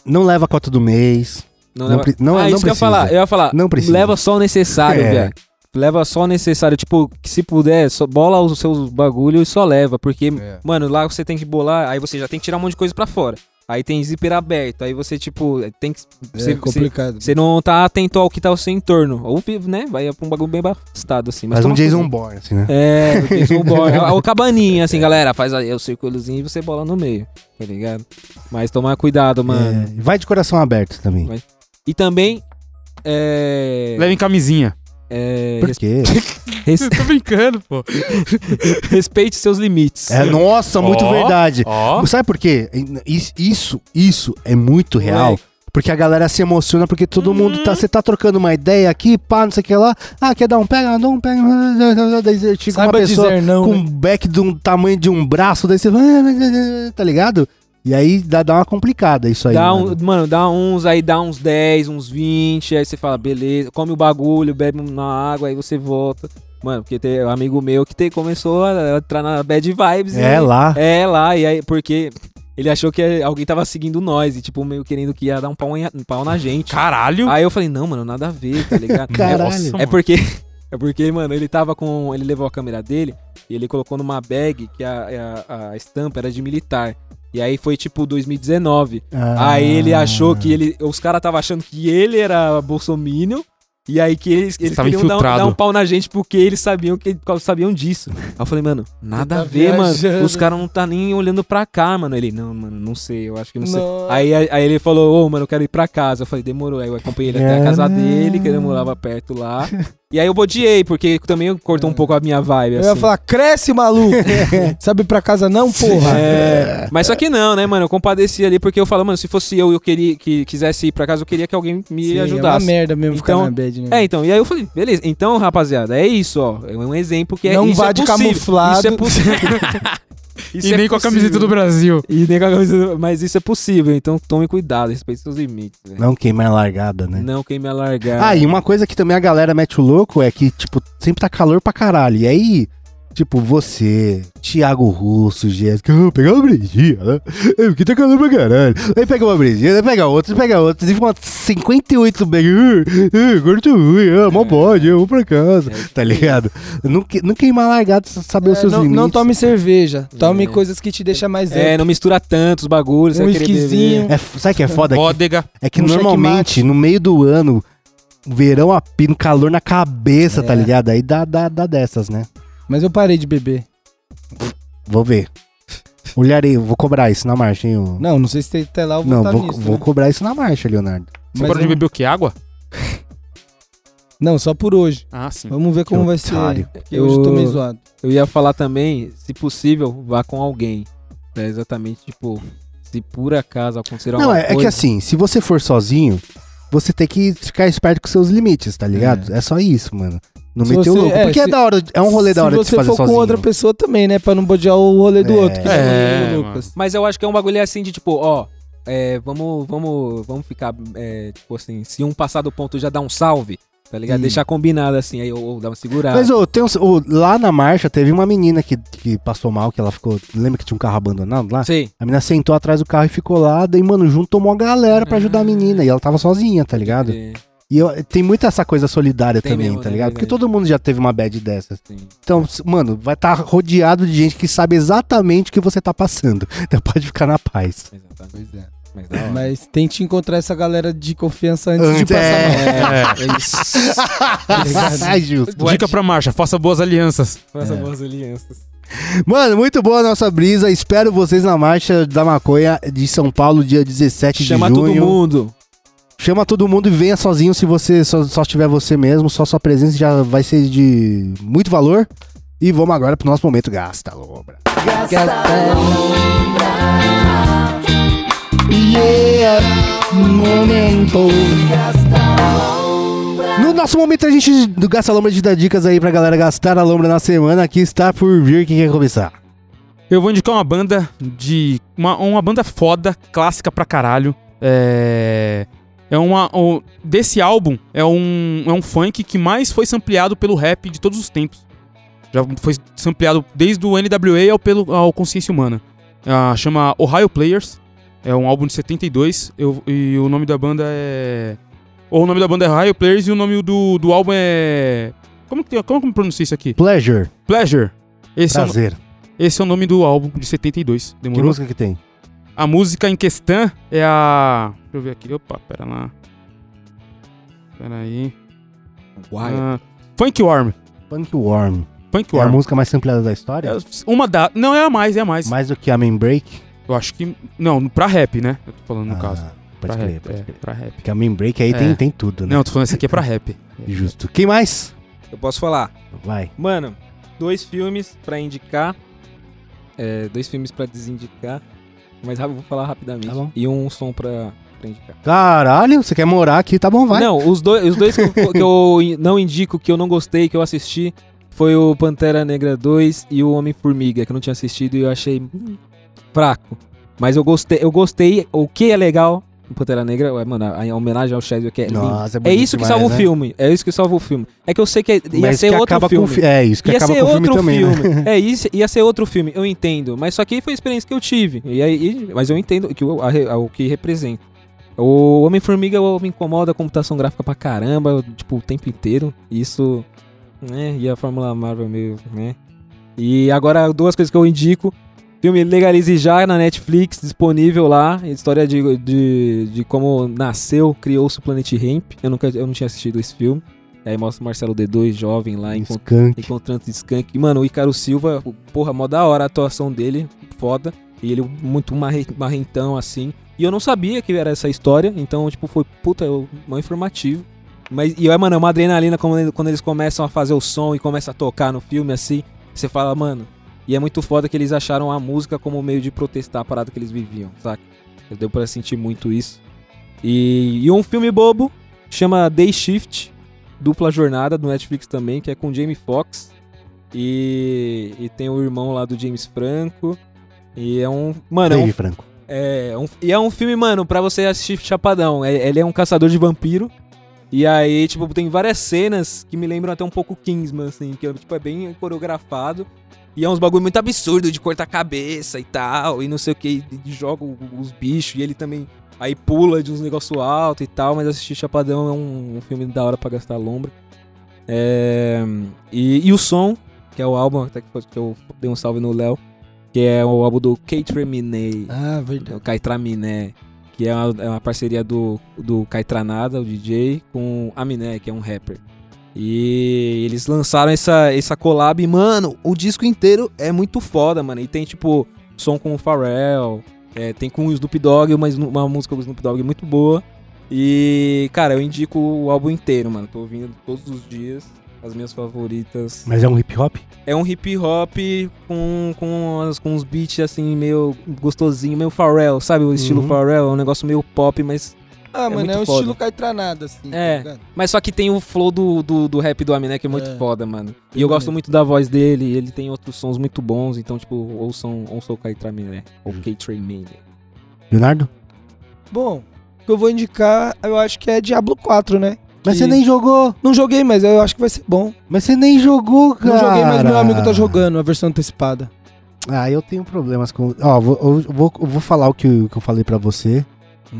Não leva a cota do mês. Não, Não leva... pre- não- é ah, não isso que eu ia precisa. falar. Eu ia falar. Não precisa. Leva só o necessário, É. velho. Leva só o necessário. Tipo, que se puder, só bola os seus bagulhos e só leva. Porque, É. mano, lá você tem que bolar, aí você já tem que tirar um monte de coisa pra fora. Aí tem zíper aberto. Aí você, tipo, tem que. É Você, você, complicado. você não tá atento ao que tá ao seu entorno. Ou vivo, né? Vai pra um bagulho bem abastado, assim. Mas Faz um toma Jason cuidado. Bourne, assim, né? É, o Jason Bourne. É o cabaninha, assim, galera. Faz aí o circulozinho e você bola no meio, tá ligado? Mas tomar cuidado, mano. É, vai de coração aberto também. Vai- E também. É. Levem camisinha. é, Por quê? res- Tô brincando, pô. Respeite seus limites. É, nossa, muito Ó. verdade. Ó. Sabe por quê? Is- Isso, isso é muito real. Porque a galera se emociona, porque todo mundo tá. Você tá trocando uma ideia aqui, pá, não sei o que lá. Ah, quer dar um pega, dá um pega. Daí você chega uma Saiba pessoa dizer não, com né? um back do tamanho de um braço, daí você. Tá ligado? E aí dá, dá uma complicada isso aí. Dá um, mano. mano. dá uns, aí dá uns 10, uns 20, aí você fala, beleza, come o bagulho, bebe na água, aí você volta. Mano, porque tem um amigo meu que tem, começou a entrar na bad vibes. É e, lá. É lá, e aí, porque ele achou que alguém tava seguindo nós e, tipo, meio querendo que ia dar um pau, em- um pau na gente. Caralho. Aí eu falei, não, mano, nada a ver, tá ligado? Caralho. Nossa, É mano. porque. É porque, mano, ele tava com. Ele levou a câmera dele e ele colocou numa bag que a, a- a estampa era de militar. E aí foi tipo 2019. Ah. Aí ele achou que ele. Os caras estavam achando que ele era Bolsominion. E aí que eles, eles tava queriam dar um, infiltrado. dar um pau na gente porque eles sabiam que sabiam disso. Aí eu falei, mano, nada tá a ver, viajando. mano. Os caras não tá nem olhando pra cá, mano. Ele, não, mano, não sei, eu um acho que não sei. Nossa. Aí, aí ele falou, ô, mano, eu quero ir pra casa. Eu falei, demorou. Aí eu acompanhei ele até a É. casa dele, que ele morava perto lá. E aí eu bodiei, porque também cortou um pouco a minha vibe, É. Eu assim. ia falar, cresce, maluco. Sabe ir pra casa não, porra? É, mas só que não, né, mano? Eu compadeci ali porque eu falo, mano, se fosse eu e eu queria que quisesse ir pra casa, eu queria que alguém me Sim, É uma ajudasse. merda mesmo ficar Então- na bad, né? É, então, e aí eu falei, beleza, então, rapaziada, é isso, ó. É um exemplo que é Não isso vá é de possível. camuflado. Isso é possível. Isso E é nem com a possível. camiseta do Brasil. E nem com a camiseta do- Mas isso é possível, então tome cuidado, respeite seus limites, velho. Não queimar a largada, né? Não queime a É. largada. Ah, e uma coisa que também a galera mete o louco é que, tipo, sempre tá calor pra caralho. E aí, tipo, você, Thiago Russo, Jéssica, "Ah, pegar uma brejinha, né? É, Porque tá calor pra caralho. Aí pega uma brejinha, aí pega outra, aí pega outra. E uma 58 bem. Agora tô ruim, ah, É. mal pode, eu vou pra casa. Tá ligado? Não, que- não queimar largado, saber os É, seus não, limites. não tome cerveja. Tome É. coisas que te deixam mais É, não mistura tantos bagulhos, um você vai querer esquisinho. É, f- sabe o que é foda? Que Bodega. É que Um normalmente, checkmate. no meio do ano, verão a pino, calor na cabeça, tá É. ligado? Aí dá, dá, dá dessas, né? Mas eu parei de beber. Vou ver. Olharei, vou cobrar isso na marcha, hein? ô. Não, não sei se tem- até lá eu vou Não, estar vou, nisso, vou né? cobrar isso na marcha, Leonardo. Você Mas parou de eu- beber o que? Água? Não, só por hoje. Ah, sim. Vamos ver como Que vai ser. otário. Porque hoje eu tô Eu- meio zoado. Eu ia falar também, se possível, vá com alguém. É exatamente, tipo, se por acaso Então, acontecer Não, alguma é, é que coisa... assim, se você for sozinho, você tem que ficar esperto com seus limites, tá ligado? É, só isso, mano. Não Se meter o você- louco. é, porque é se- da hora, é um rolê da hora de se fazer Se você for sozinho. com outra pessoa também, né? Pra não bodear o rolê do É. outro. Que nem É, o mano. Lucas. Mas eu acho que é um bagulho assim de, tipo, ó... é, vamos, vamos, vamos ficar, é, tipo assim, se um passar do ponto já dá um salve, tá ligado? Sim. Deixar combinado assim, aí ou, ou dá uma segurada. É. Mas ô, tem uns- ô, lá na marcha teve uma menina que, que passou mal, que ela ficou. Lembra que tinha um carro abandonado lá? Sei. A menina sentou Hum. atrás do carro e ficou lá, daí, mano, juntou uma galera pra ajudar a menina. E ela tava sozinha, tá ligado? É. E eu- tem muita essa coisa solidária Tem também, mesmo, tá é ligado? Porque verdade. todo mundo já teve uma bad dessas. Sim. Então, s- mano, vai estar rodeado de gente que sabe exatamente o que você tá passando. Então pode ficar na paz. Exatamente. Pois é. Mas da hora. Mas tente encontrar essa galera de confiança antes de Antes, passar é. mal. tá É, é isso. É Ai, justo. Dica pra marcha, faça boas alianças. É. Faça boas alianças. Mano, muito boa a nossa brisa. Espero vocês na marcha da maconha de São Paulo, dia 17 Chama de junho. todo mundo. Chama todo mundo e venha sozinho se você só, só tiver você mesmo. Só sua presença já vai ser de muito valor. E vamos agora pro nosso momento Gasta Lombra. Yeah, momento. No nosso momento a gente do Gasta Lombra a gente dá dicas aí pra galera gastar a lombra na semana. Aqui está por vir quem quer começar. Eu vou indicar uma banda de. Uma, uma banda foda, clássica pra caralho. É. É uma. o- desse álbum, é um, é um funk que mais foi sampleado pelo rap de todos os tempos. Já foi sampleado desde o NWA ao, pelo, ao Consciência Humana. Ah, chama Ohio Players. É um álbum de 72. Eu, e o nome da banda é. Ou o nome da banda é Ohio Players e o nome do, do álbum é. Como que como que eu pronuncio isso aqui? Pleasure, Pleasure. Esse é o- prazer. esse é o nome do álbum de 72. Que Demorou? música que tem? A música em questão é a. Deixa eu ver aqui. Opa, pera lá. Pera aí. Uai. Ah, Funk Warm. Punk Warm. Funk É a Warm. música mais ampliada da história? É uma da. Não, é a mais, é a mais. Mais do que a Main Break? Eu acho que. Não, pra rap, né? Eu tô falando no Ah, caso. Pode pra crer, rap. pode é, crer. pra rap. Porque a Main Break aí É. tem, tem tudo, né? Não, eu tô falando isso aqui é pra rap. Justo. Quem mais? Eu posso falar. Vai. Mano, dois filmes pra indicar. É, dois filmes pra desindicar. Mas eu vou falar rapidamente. Tá bom. E um som pra, pra indicar. Caralho, você quer morar aqui? Tá bom, vai. Não, os dois, os dois que, eu, que eu in- não indico, que eu não gostei, que eu assisti, foi o Pantera Negra 2 e o Homem-Formiga, que eu não tinha assistido e eu achei hum, fraco. Mas eu gostei, eu gostei. O que é legal do Pantera Negra, ué, mano, a, a homenagem ao Chadwick é linda. Nossa, É isso que salva demais, o né? filme. É isso que salva o filme. É que eu sei que ia Mas ser que outro acaba filme. Com, o fi- é isso que Ia acaba ser com o filme outro também. né? filme. é, isso, ia ser outro filme, eu entendo. Mas só que foi a experiência que eu tive. E aí, e- mas eu entendo que o, a re- a- o que representa. O Homem-Formiga eu- me incomoda a computação gráfica pra caramba, tipo, o tempo inteiro. Isso, né? E a Fórmula Marvel meio, né? E agora, duas coisas que eu indico. Filme Legalize Já na Netflix, disponível lá. História de, de, de como nasceu, criou-se o Planet Hemp. Eu, nunca, eu não tinha assistido esse filme. Aí mostra o Marcelo D2, jovem lá, encontrando Skunk. Encontrando Skank. E, mano, o Icaro Silva, o- porra, mó da hora a atuação dele, foda. E ele muito marre- marrentão, assim. E eu não sabia que era essa história, então, tipo, foi, puta, eu, mó informativo. Mas, e, mano, é uma adrenalina quando, ele- quando eles começam a fazer o som e começa a tocar no filme, assim. Você fala, mano. E é muito foda que eles acharam a música como meio de protestar a parada que eles viviam, saca? Deu pra sentir muito isso. E, e um filme bobo, chama Day Shift, Dupla Jornada do Netflix também, que é com Jamie Foxx e, e tem o irmão lá do James Franco. E é um. Mano, é um, Dave Franco. é um- e é um filme, mano, pra você assistir chapadão. É- ele é um caçador de vampiro. E aí, tipo, tem várias cenas que me lembram até um pouco Kingsman, assim, que é, tipo, é bem coreografado. E é uns bagulho muito absurdo de cortar a cabeça e tal, e não sei o que, e joga o- os bichos, e ele também aí pula de uns negócios alto e tal, mas assistir Chapadão é um, um filme da hora pra gastar lombra. É, e, e o som, que é o álbum, até que foi- que eu dei um salve no Léo, que é o álbum do Kate Reminey. Ah, É verdade. o Caitraminé, que é uma, é uma parceria do, do Caitranada, o DJ, com Aminé, que é um rapper. E eles lançaram essa, essa collab e, mano, o disco inteiro é muito foda, mano. E tem, tipo, som com o Pharrell, é, tem com o Snoop Dogg, uma, snu- uma música do Snoop Dogg muito boa. E, cara, eu indico o álbum inteiro, mano. Tô ouvindo todos os dias, as minhas favoritas. Mas é um hip hop? É um hip hop com, com, as- com uns beats assim, meio gostosinho, meio Pharrell, sabe? O estilo Uhum. Pharrell, é um negócio meio pop, mas. Ah, mano, muito é um foda. estilo caetranado, assim. Tá É. ligado? Mas só que tem o flow do, do, do rap do Aminé, que é muito É. foda, mano. E Bem eu gosto maneiro. muito da voz dele, ele tem outros sons muito bons, então, tipo, ouçam, ouçam o Caetraminé, ou Justo. Caetraminé. Leonardo? Bom, o que eu vou indicar, eu acho que é Diablo 4, né? Mas Que- você nem jogou. Não joguei, mas eu acho que vai ser bom. Mas você nem jogou, cara. Não joguei, mas meu amigo tá jogando a versão antecipada. Ah, eu tenho problemas Hum. com. Ó, vou, eu vou, eu vou falar o que, o que eu falei pra você.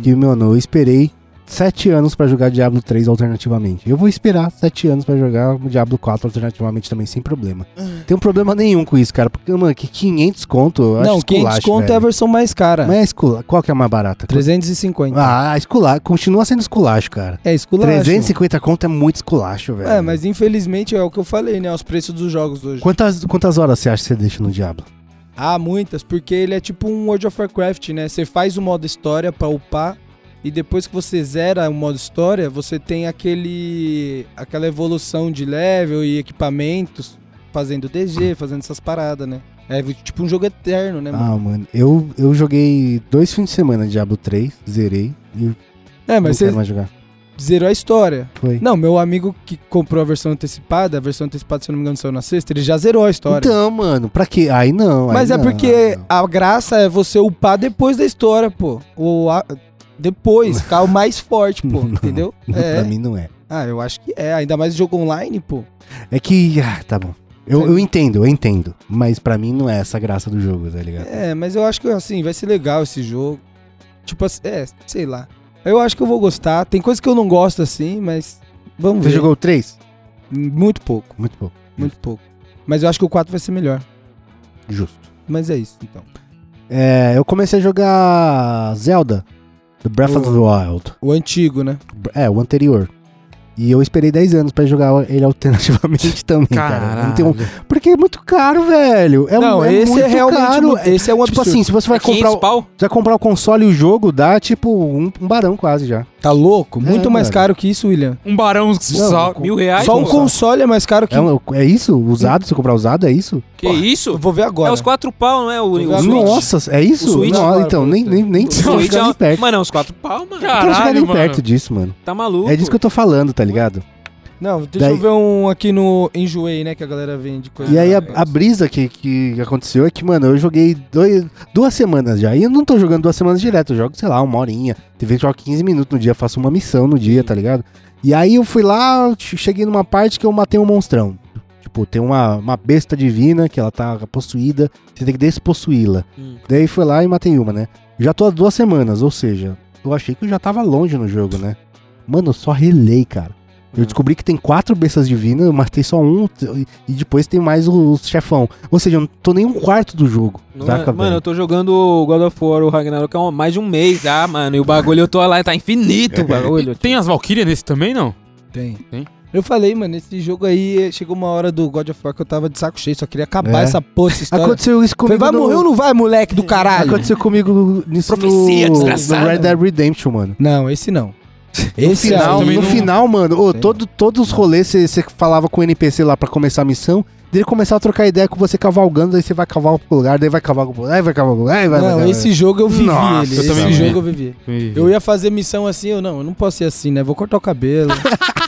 Que, mano, eu esperei sete anos pra jogar Diablo 3 alternativamente. Eu vou esperar sete anos pra jogar o Diablo 4 alternativamente também, sem problema. Ah. Tem um problema nenhum com isso, cara. Porque, mano, que 500 conto, eu acho Não, 500 esculacho, conto é a velho. versão mais cara. Mas é escula... qual que é a mais barata? 350. Ah, esculacho. Continua sendo esculacho, cara. é esculacho. 350 conto é muito esculacho, velho. É, mas infelizmente é o que eu falei, né? Os preços dos jogos hoje. Quantas, quantas horas você acha que você deixa no Diablo? Ah, muitas, porque ele é tipo um World of Warcraft, né? Você faz o modo história pra upar e depois que você zera o modo história, você tem aquele aquela evolução de level e equipamentos, fazendo DG, fazendo essas paradas, né? É tipo um jogo eterno, né, mano? Ah, mano, eu, eu joguei dois fins de semana de Diablo 3, zerei e É, não mas você quero mais jogar. zerou a história. Foi. Não, meu amigo que comprou a versão antecipada, a versão antecipada, se eu não me engano, saiu na sexta, ele já zerou a história. Então, mano, pra quê? Aí não. aí Mas é não, porque aí não. a graça é você upar depois da história, pô. Ou a- depois, ficar o mais forte, pô. Não, entendeu? Não, Pra É. mim não é. Ah, eu acho que é. Ainda mais jogo online, pô. É que. Ah, tá bom. Eu, eu entendo, eu entendo. Mas pra mim não é essa a graça do jogo, tá ligado? É, mas eu acho que, assim, vai ser legal esse jogo. Tipo assim, é, sei lá. Eu acho que eu vou gostar. Tem coisa que eu não gosto, assim, mas vamos Você ver. jogou o 3? Muito pouco, Muito pouco. muito pouco. Mas eu acho que o 4 vai ser melhor. Justo. Mas é isso, então. É, eu comecei a jogar Zelda. The Breath of the Oh. Wild. O antigo, né? É, o anterior. E eu esperei 10 anos pra jogar ele alternativamente também, cara. Não tem um- Porque é muito caro, velho. É, um- não, é esse muito é realmente. caro. mu- Esse é um tipo absurdo. assim, se você vai É 500 comprar, o- pau? se vai comprar o console e o jogo, dá tipo um, um barão quase já. tá louco? Muito É, mais mano. caro que isso, William. Um barão sal- Mil reais? Só um moço? console é mais caro que É, um- é isso? Usado? Se comprar usado, é isso? Que Eu um isso? vou ver agora. É os quatro pau, não é? O, o Exatamente. Switch. Nossa, é isso? O Switch Não, agora, então, pô, nem, tá. nem, nem O não Switch chega é nem uma- perto. Mano, é uns quatro pau, mano. Não quero chegar Caralho, nem mano. perto disso, mano. Tá maluco. É disso que eu tô falando, tá ligado? Não, deixa Daí- eu ver um aqui no Enjoei, né? Que a galera vende coisa. E aí a, É. a brisa que, que aconteceu é que, mano, eu joguei dois, duas semanas já. E eu não tô jogando duas semanas direto, eu jogo, sei lá, uma horinha. Tem vezes que eu jogo 15 minutos no dia, faço uma missão no dia, tá ligado? E aí eu fui lá, che- cheguei numa parte que eu matei um monstrão. Tipo, tem uma, uma besta divina que ela tá possuída, você tem que despossuí-la. Hum. Daí fui lá e matei uma, né? Já tô há duas semanas, ou seja, eu achei que eu já tava longe no jogo, né? Mano, eu só relei, cara. Uhum. Eu descobri que tem quatro bestas divinas, eu matei só um e- e depois tem mais o chefão. Ou seja, eu não tô nem um quarto do jogo. Não é- saca, mano, velho? eu tô jogando o God of War, o Ragnarok, há um- mais de um mês já, mano. E o bagulho eu tô lá, tá infinito o bagulho. tipo, Tem as Valkyrias nesse também, não? Tem. Tem? Eu falei, mano, esse jogo aí eh, chegou uma hora do God of War que eu tava de saco cheio, só queria acabar É. essa porra, essa história. Aconteceu isso Falei, comigo. vai no- morrer ou não vai, moleque do caralho? Aconteceu comigo nisso Profecia no... desgraçada. no Red Dead Redemption, mano. Não, esse não. Esse no final, aí, também no não- final, mano, ô, Sei. todo, todos os rolês você você falava com o NPC lá pra começar a missão, dele começar a trocar ideia com você cavalgando, daí você vai cavar pro lugar, daí vai cavar pro lugar, aí vai cavar pro lugar, aí vai vai, Não, vai, esse jogo eu vivi Nossa, ele. eu também Esse vivi. jogo eu vivi. Eu ia fazer missão assim, eu não, eu não posso ser assim, né? Vou cortar o cabelo.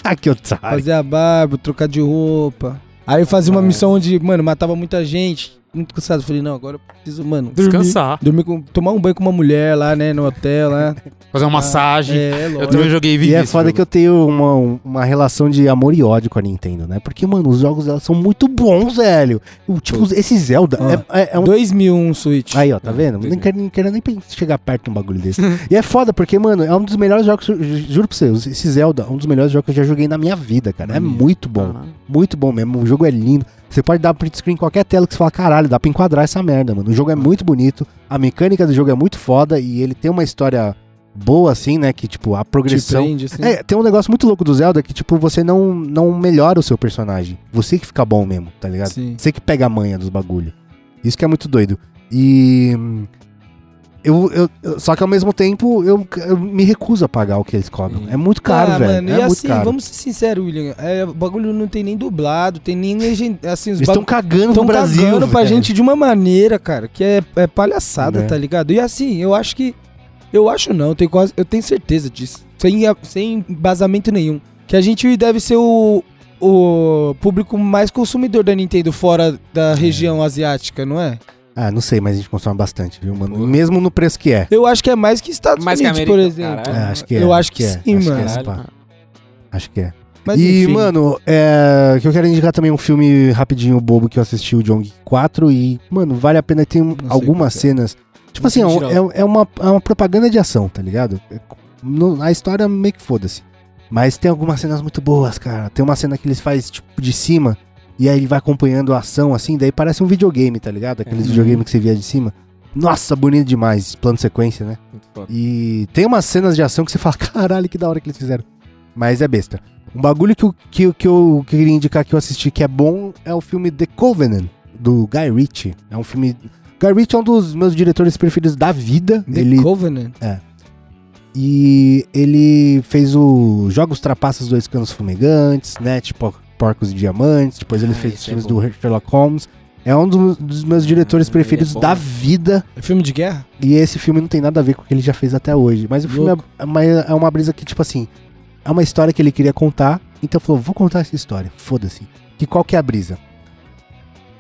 vai. que otário. Fazer a barba, trocar de roupa. Aí eu fazia uma missão onde, mano, matava muita gente. Muito cansado. Falei, não, agora eu preciso, mano, dormir. Descansar. Dormir com, tomar um banho com uma mulher lá, né, no hotel lá. Fazer uma Ah, massagem. É, Eu lógico. também joguei E é foda que eu tenho uma, uma relação de amor e ódio com a Nintendo, né? Porque, mano, os jogos dela são muito bons, velho. O, tipo, esse Zelda é, é- é um 2001 Switch. Aí, ó, tá vendo? Não quero, não quero nem pen- chegar perto de um bagulho desse. e é foda, porque, mano, é um dos melhores jogos. ju- Juro pra você, esse Zelda é um dos melhores jogos que eu já joguei na minha vida, cara. É muito bom. Muito bom mesmo. O jogo é lindo. Você pode dar print screen em qualquer tela que você fala, caralho, dá pra enquadrar essa merda, mano. O jogo é Uhum. muito bonito, a mecânica do jogo é muito foda e ele tem uma história boa, assim, né? Que, tipo, a Te progressão. prende, assim. É, tem um negócio muito louco do Zelda que, tipo, você não, não melhora o seu personagem. Você que fica bom mesmo, tá ligado? Sim. Você que pega a manha dos bagulho. Isso que é muito doido. E. hum, Eu, eu- eu- só que ao mesmo tempo, eu, eu me recuso a pagar o que eles cobram. É muito caro, Ah, velho. mano, é e muito assim, caro. vamos ser sinceros, William. É, o bagulho não tem nem dublado, tem nem legend... assim, os Eles estão bagulhos cagando estão no Brasil. cagando pra velho. gente de uma maneira, cara, que é, é palhaçada, Né? tá ligado? E assim, eu acho que. Eu acho não, eu tenho, quase, eu tenho certeza disso. Sem, a- sem embasamento nenhum. Que a gente deve ser o, o público mais consumidor da Nintendo fora É. da região asiática, não é? Ah, não sei, mas a gente consome bastante, viu, mano? Mesmo no preço que é. Eu acho que é mais que Estados Mais que Unidos, América, por exemplo. É, caralho. acho que é. Ah, eu acho que sim, acho Que mano. é, pá. Caralho. acho que é. Mas e, enfim, mano, é, que eu quero indicar também um filme rapidinho bobo que eu assisti, o John Wick 4, e, mano, vale a pena, tem um, sei algumas qual que é. cenas. Tipo assim, é, um- é- é uma, é uma propaganda de ação, tá ligado? É no- a história meio que foda-se. Mas tem algumas cenas muito boas, cara. Tem uma cena que eles fazem, tipo, de cima, e aí ele vai acompanhando a ação, assim, daí parece um videogame, tá ligado? Aqueles É. videogames que você via de cima. Nossa, bonito demais, plano de sequência, né? Muito foda. E tem umas cenas de ação que você fala, caralho, que da hora que eles fizeram. Mas é besta. Um bagulho que, eu- que, eu- que eu queria indicar que eu assisti que é bom é o filme The Covenant, do Guy Ritchie. É um filme. Guy Ritchie é um dos meus diretores preferidos da vida. The ele, Covenant. e ele fez o Jogos Trapaças Dois Canos Fumegantes, né? Tipo, Porcos e Diamantes. Depois ele Ah, fez esse os é filmes bom. do Sherlock Holmes. É um dos, dos meus diretores Ah, ele é preferidos bom. da vida. É filme de guerra? E esse filme não tem nada a ver com o que ele já fez até hoje. Mas o filme é, é uma- é uma brisa que, tipo assim, é uma história que ele queria contar. Então falou, vou contar essa história. Foda-se. Que qual que é a brisa?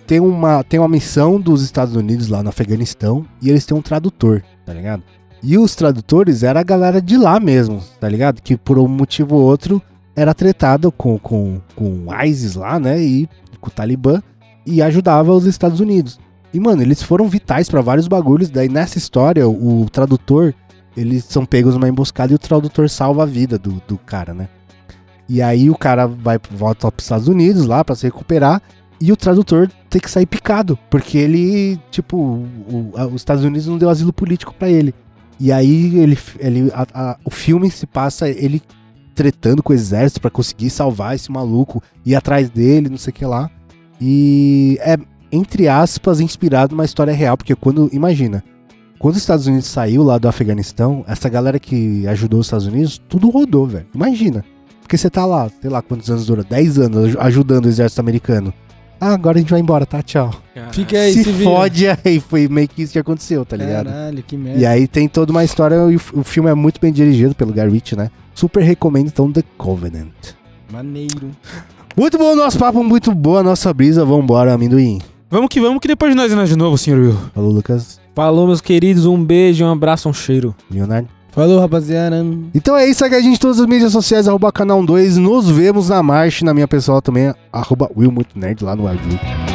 Tem uma, tem uma missão dos Estados Unidos lá no Afeganistão e eles têm um tradutor, tá ligado? E os tradutores era a galera de lá mesmo, tá ligado? Que por um motivo ou outro era tretado com, com, com o ISIS lá, né? E com o Talibã e ajudava os Estados Unidos. E, mano, eles foram vitais pra vários bagulhos. Daí, nessa história, o tradutor, eles são pegos numa emboscada e o tradutor salva a vida do, do cara, né? E aí o cara vai volta pros Estados Unidos lá pra se recuperar. E o tradutor tem que sair picado, porque ele, tipo, o- a- os Estados Unidos não deu asilo político pra ele. E aí ele, ele a- a- o filme se passa ele tretando com o exército pra conseguir salvar esse maluco, ir atrás dele, não sei o que lá. E é, entre aspas, inspirado numa história real, porque quando, imagina, quando os Estados Unidos saiu lá do Afeganistão, essa galera que ajudou os Estados Unidos, tudo rodou, velho. Imagina. Porque você tá lá, sei lá quantos anos dura, 10 anos aj- ajudando o exército americano. Ah, agora a gente vai embora, tá? Tchau. Cara, Fica aí, se se vira. fode aí, foi meio que isso que aconteceu, tá ligado? Caralho, que merda. E aí tem toda uma história e o f- o filme é muito bem dirigido pelo Guy Ritchie, né? Super recomendo, então, The Covenant. Maneiro. Muito bom o nosso papo, muito boa a nossa brisa. Vambora, amendoim. Vamos que vamos, que depois de nós é nós de novo, senhor Will. Falou, Lucas. Falou, meus queridos. Um beijo, um abraço, um cheiro. Leonardo. Falou, rapaziada. Então é isso, segue a gente em todas as mídias sociais, arroba canal 2. Nos vemos na marcha, e na minha pessoal também, arroba Will Muito Nerd lá no Outlook.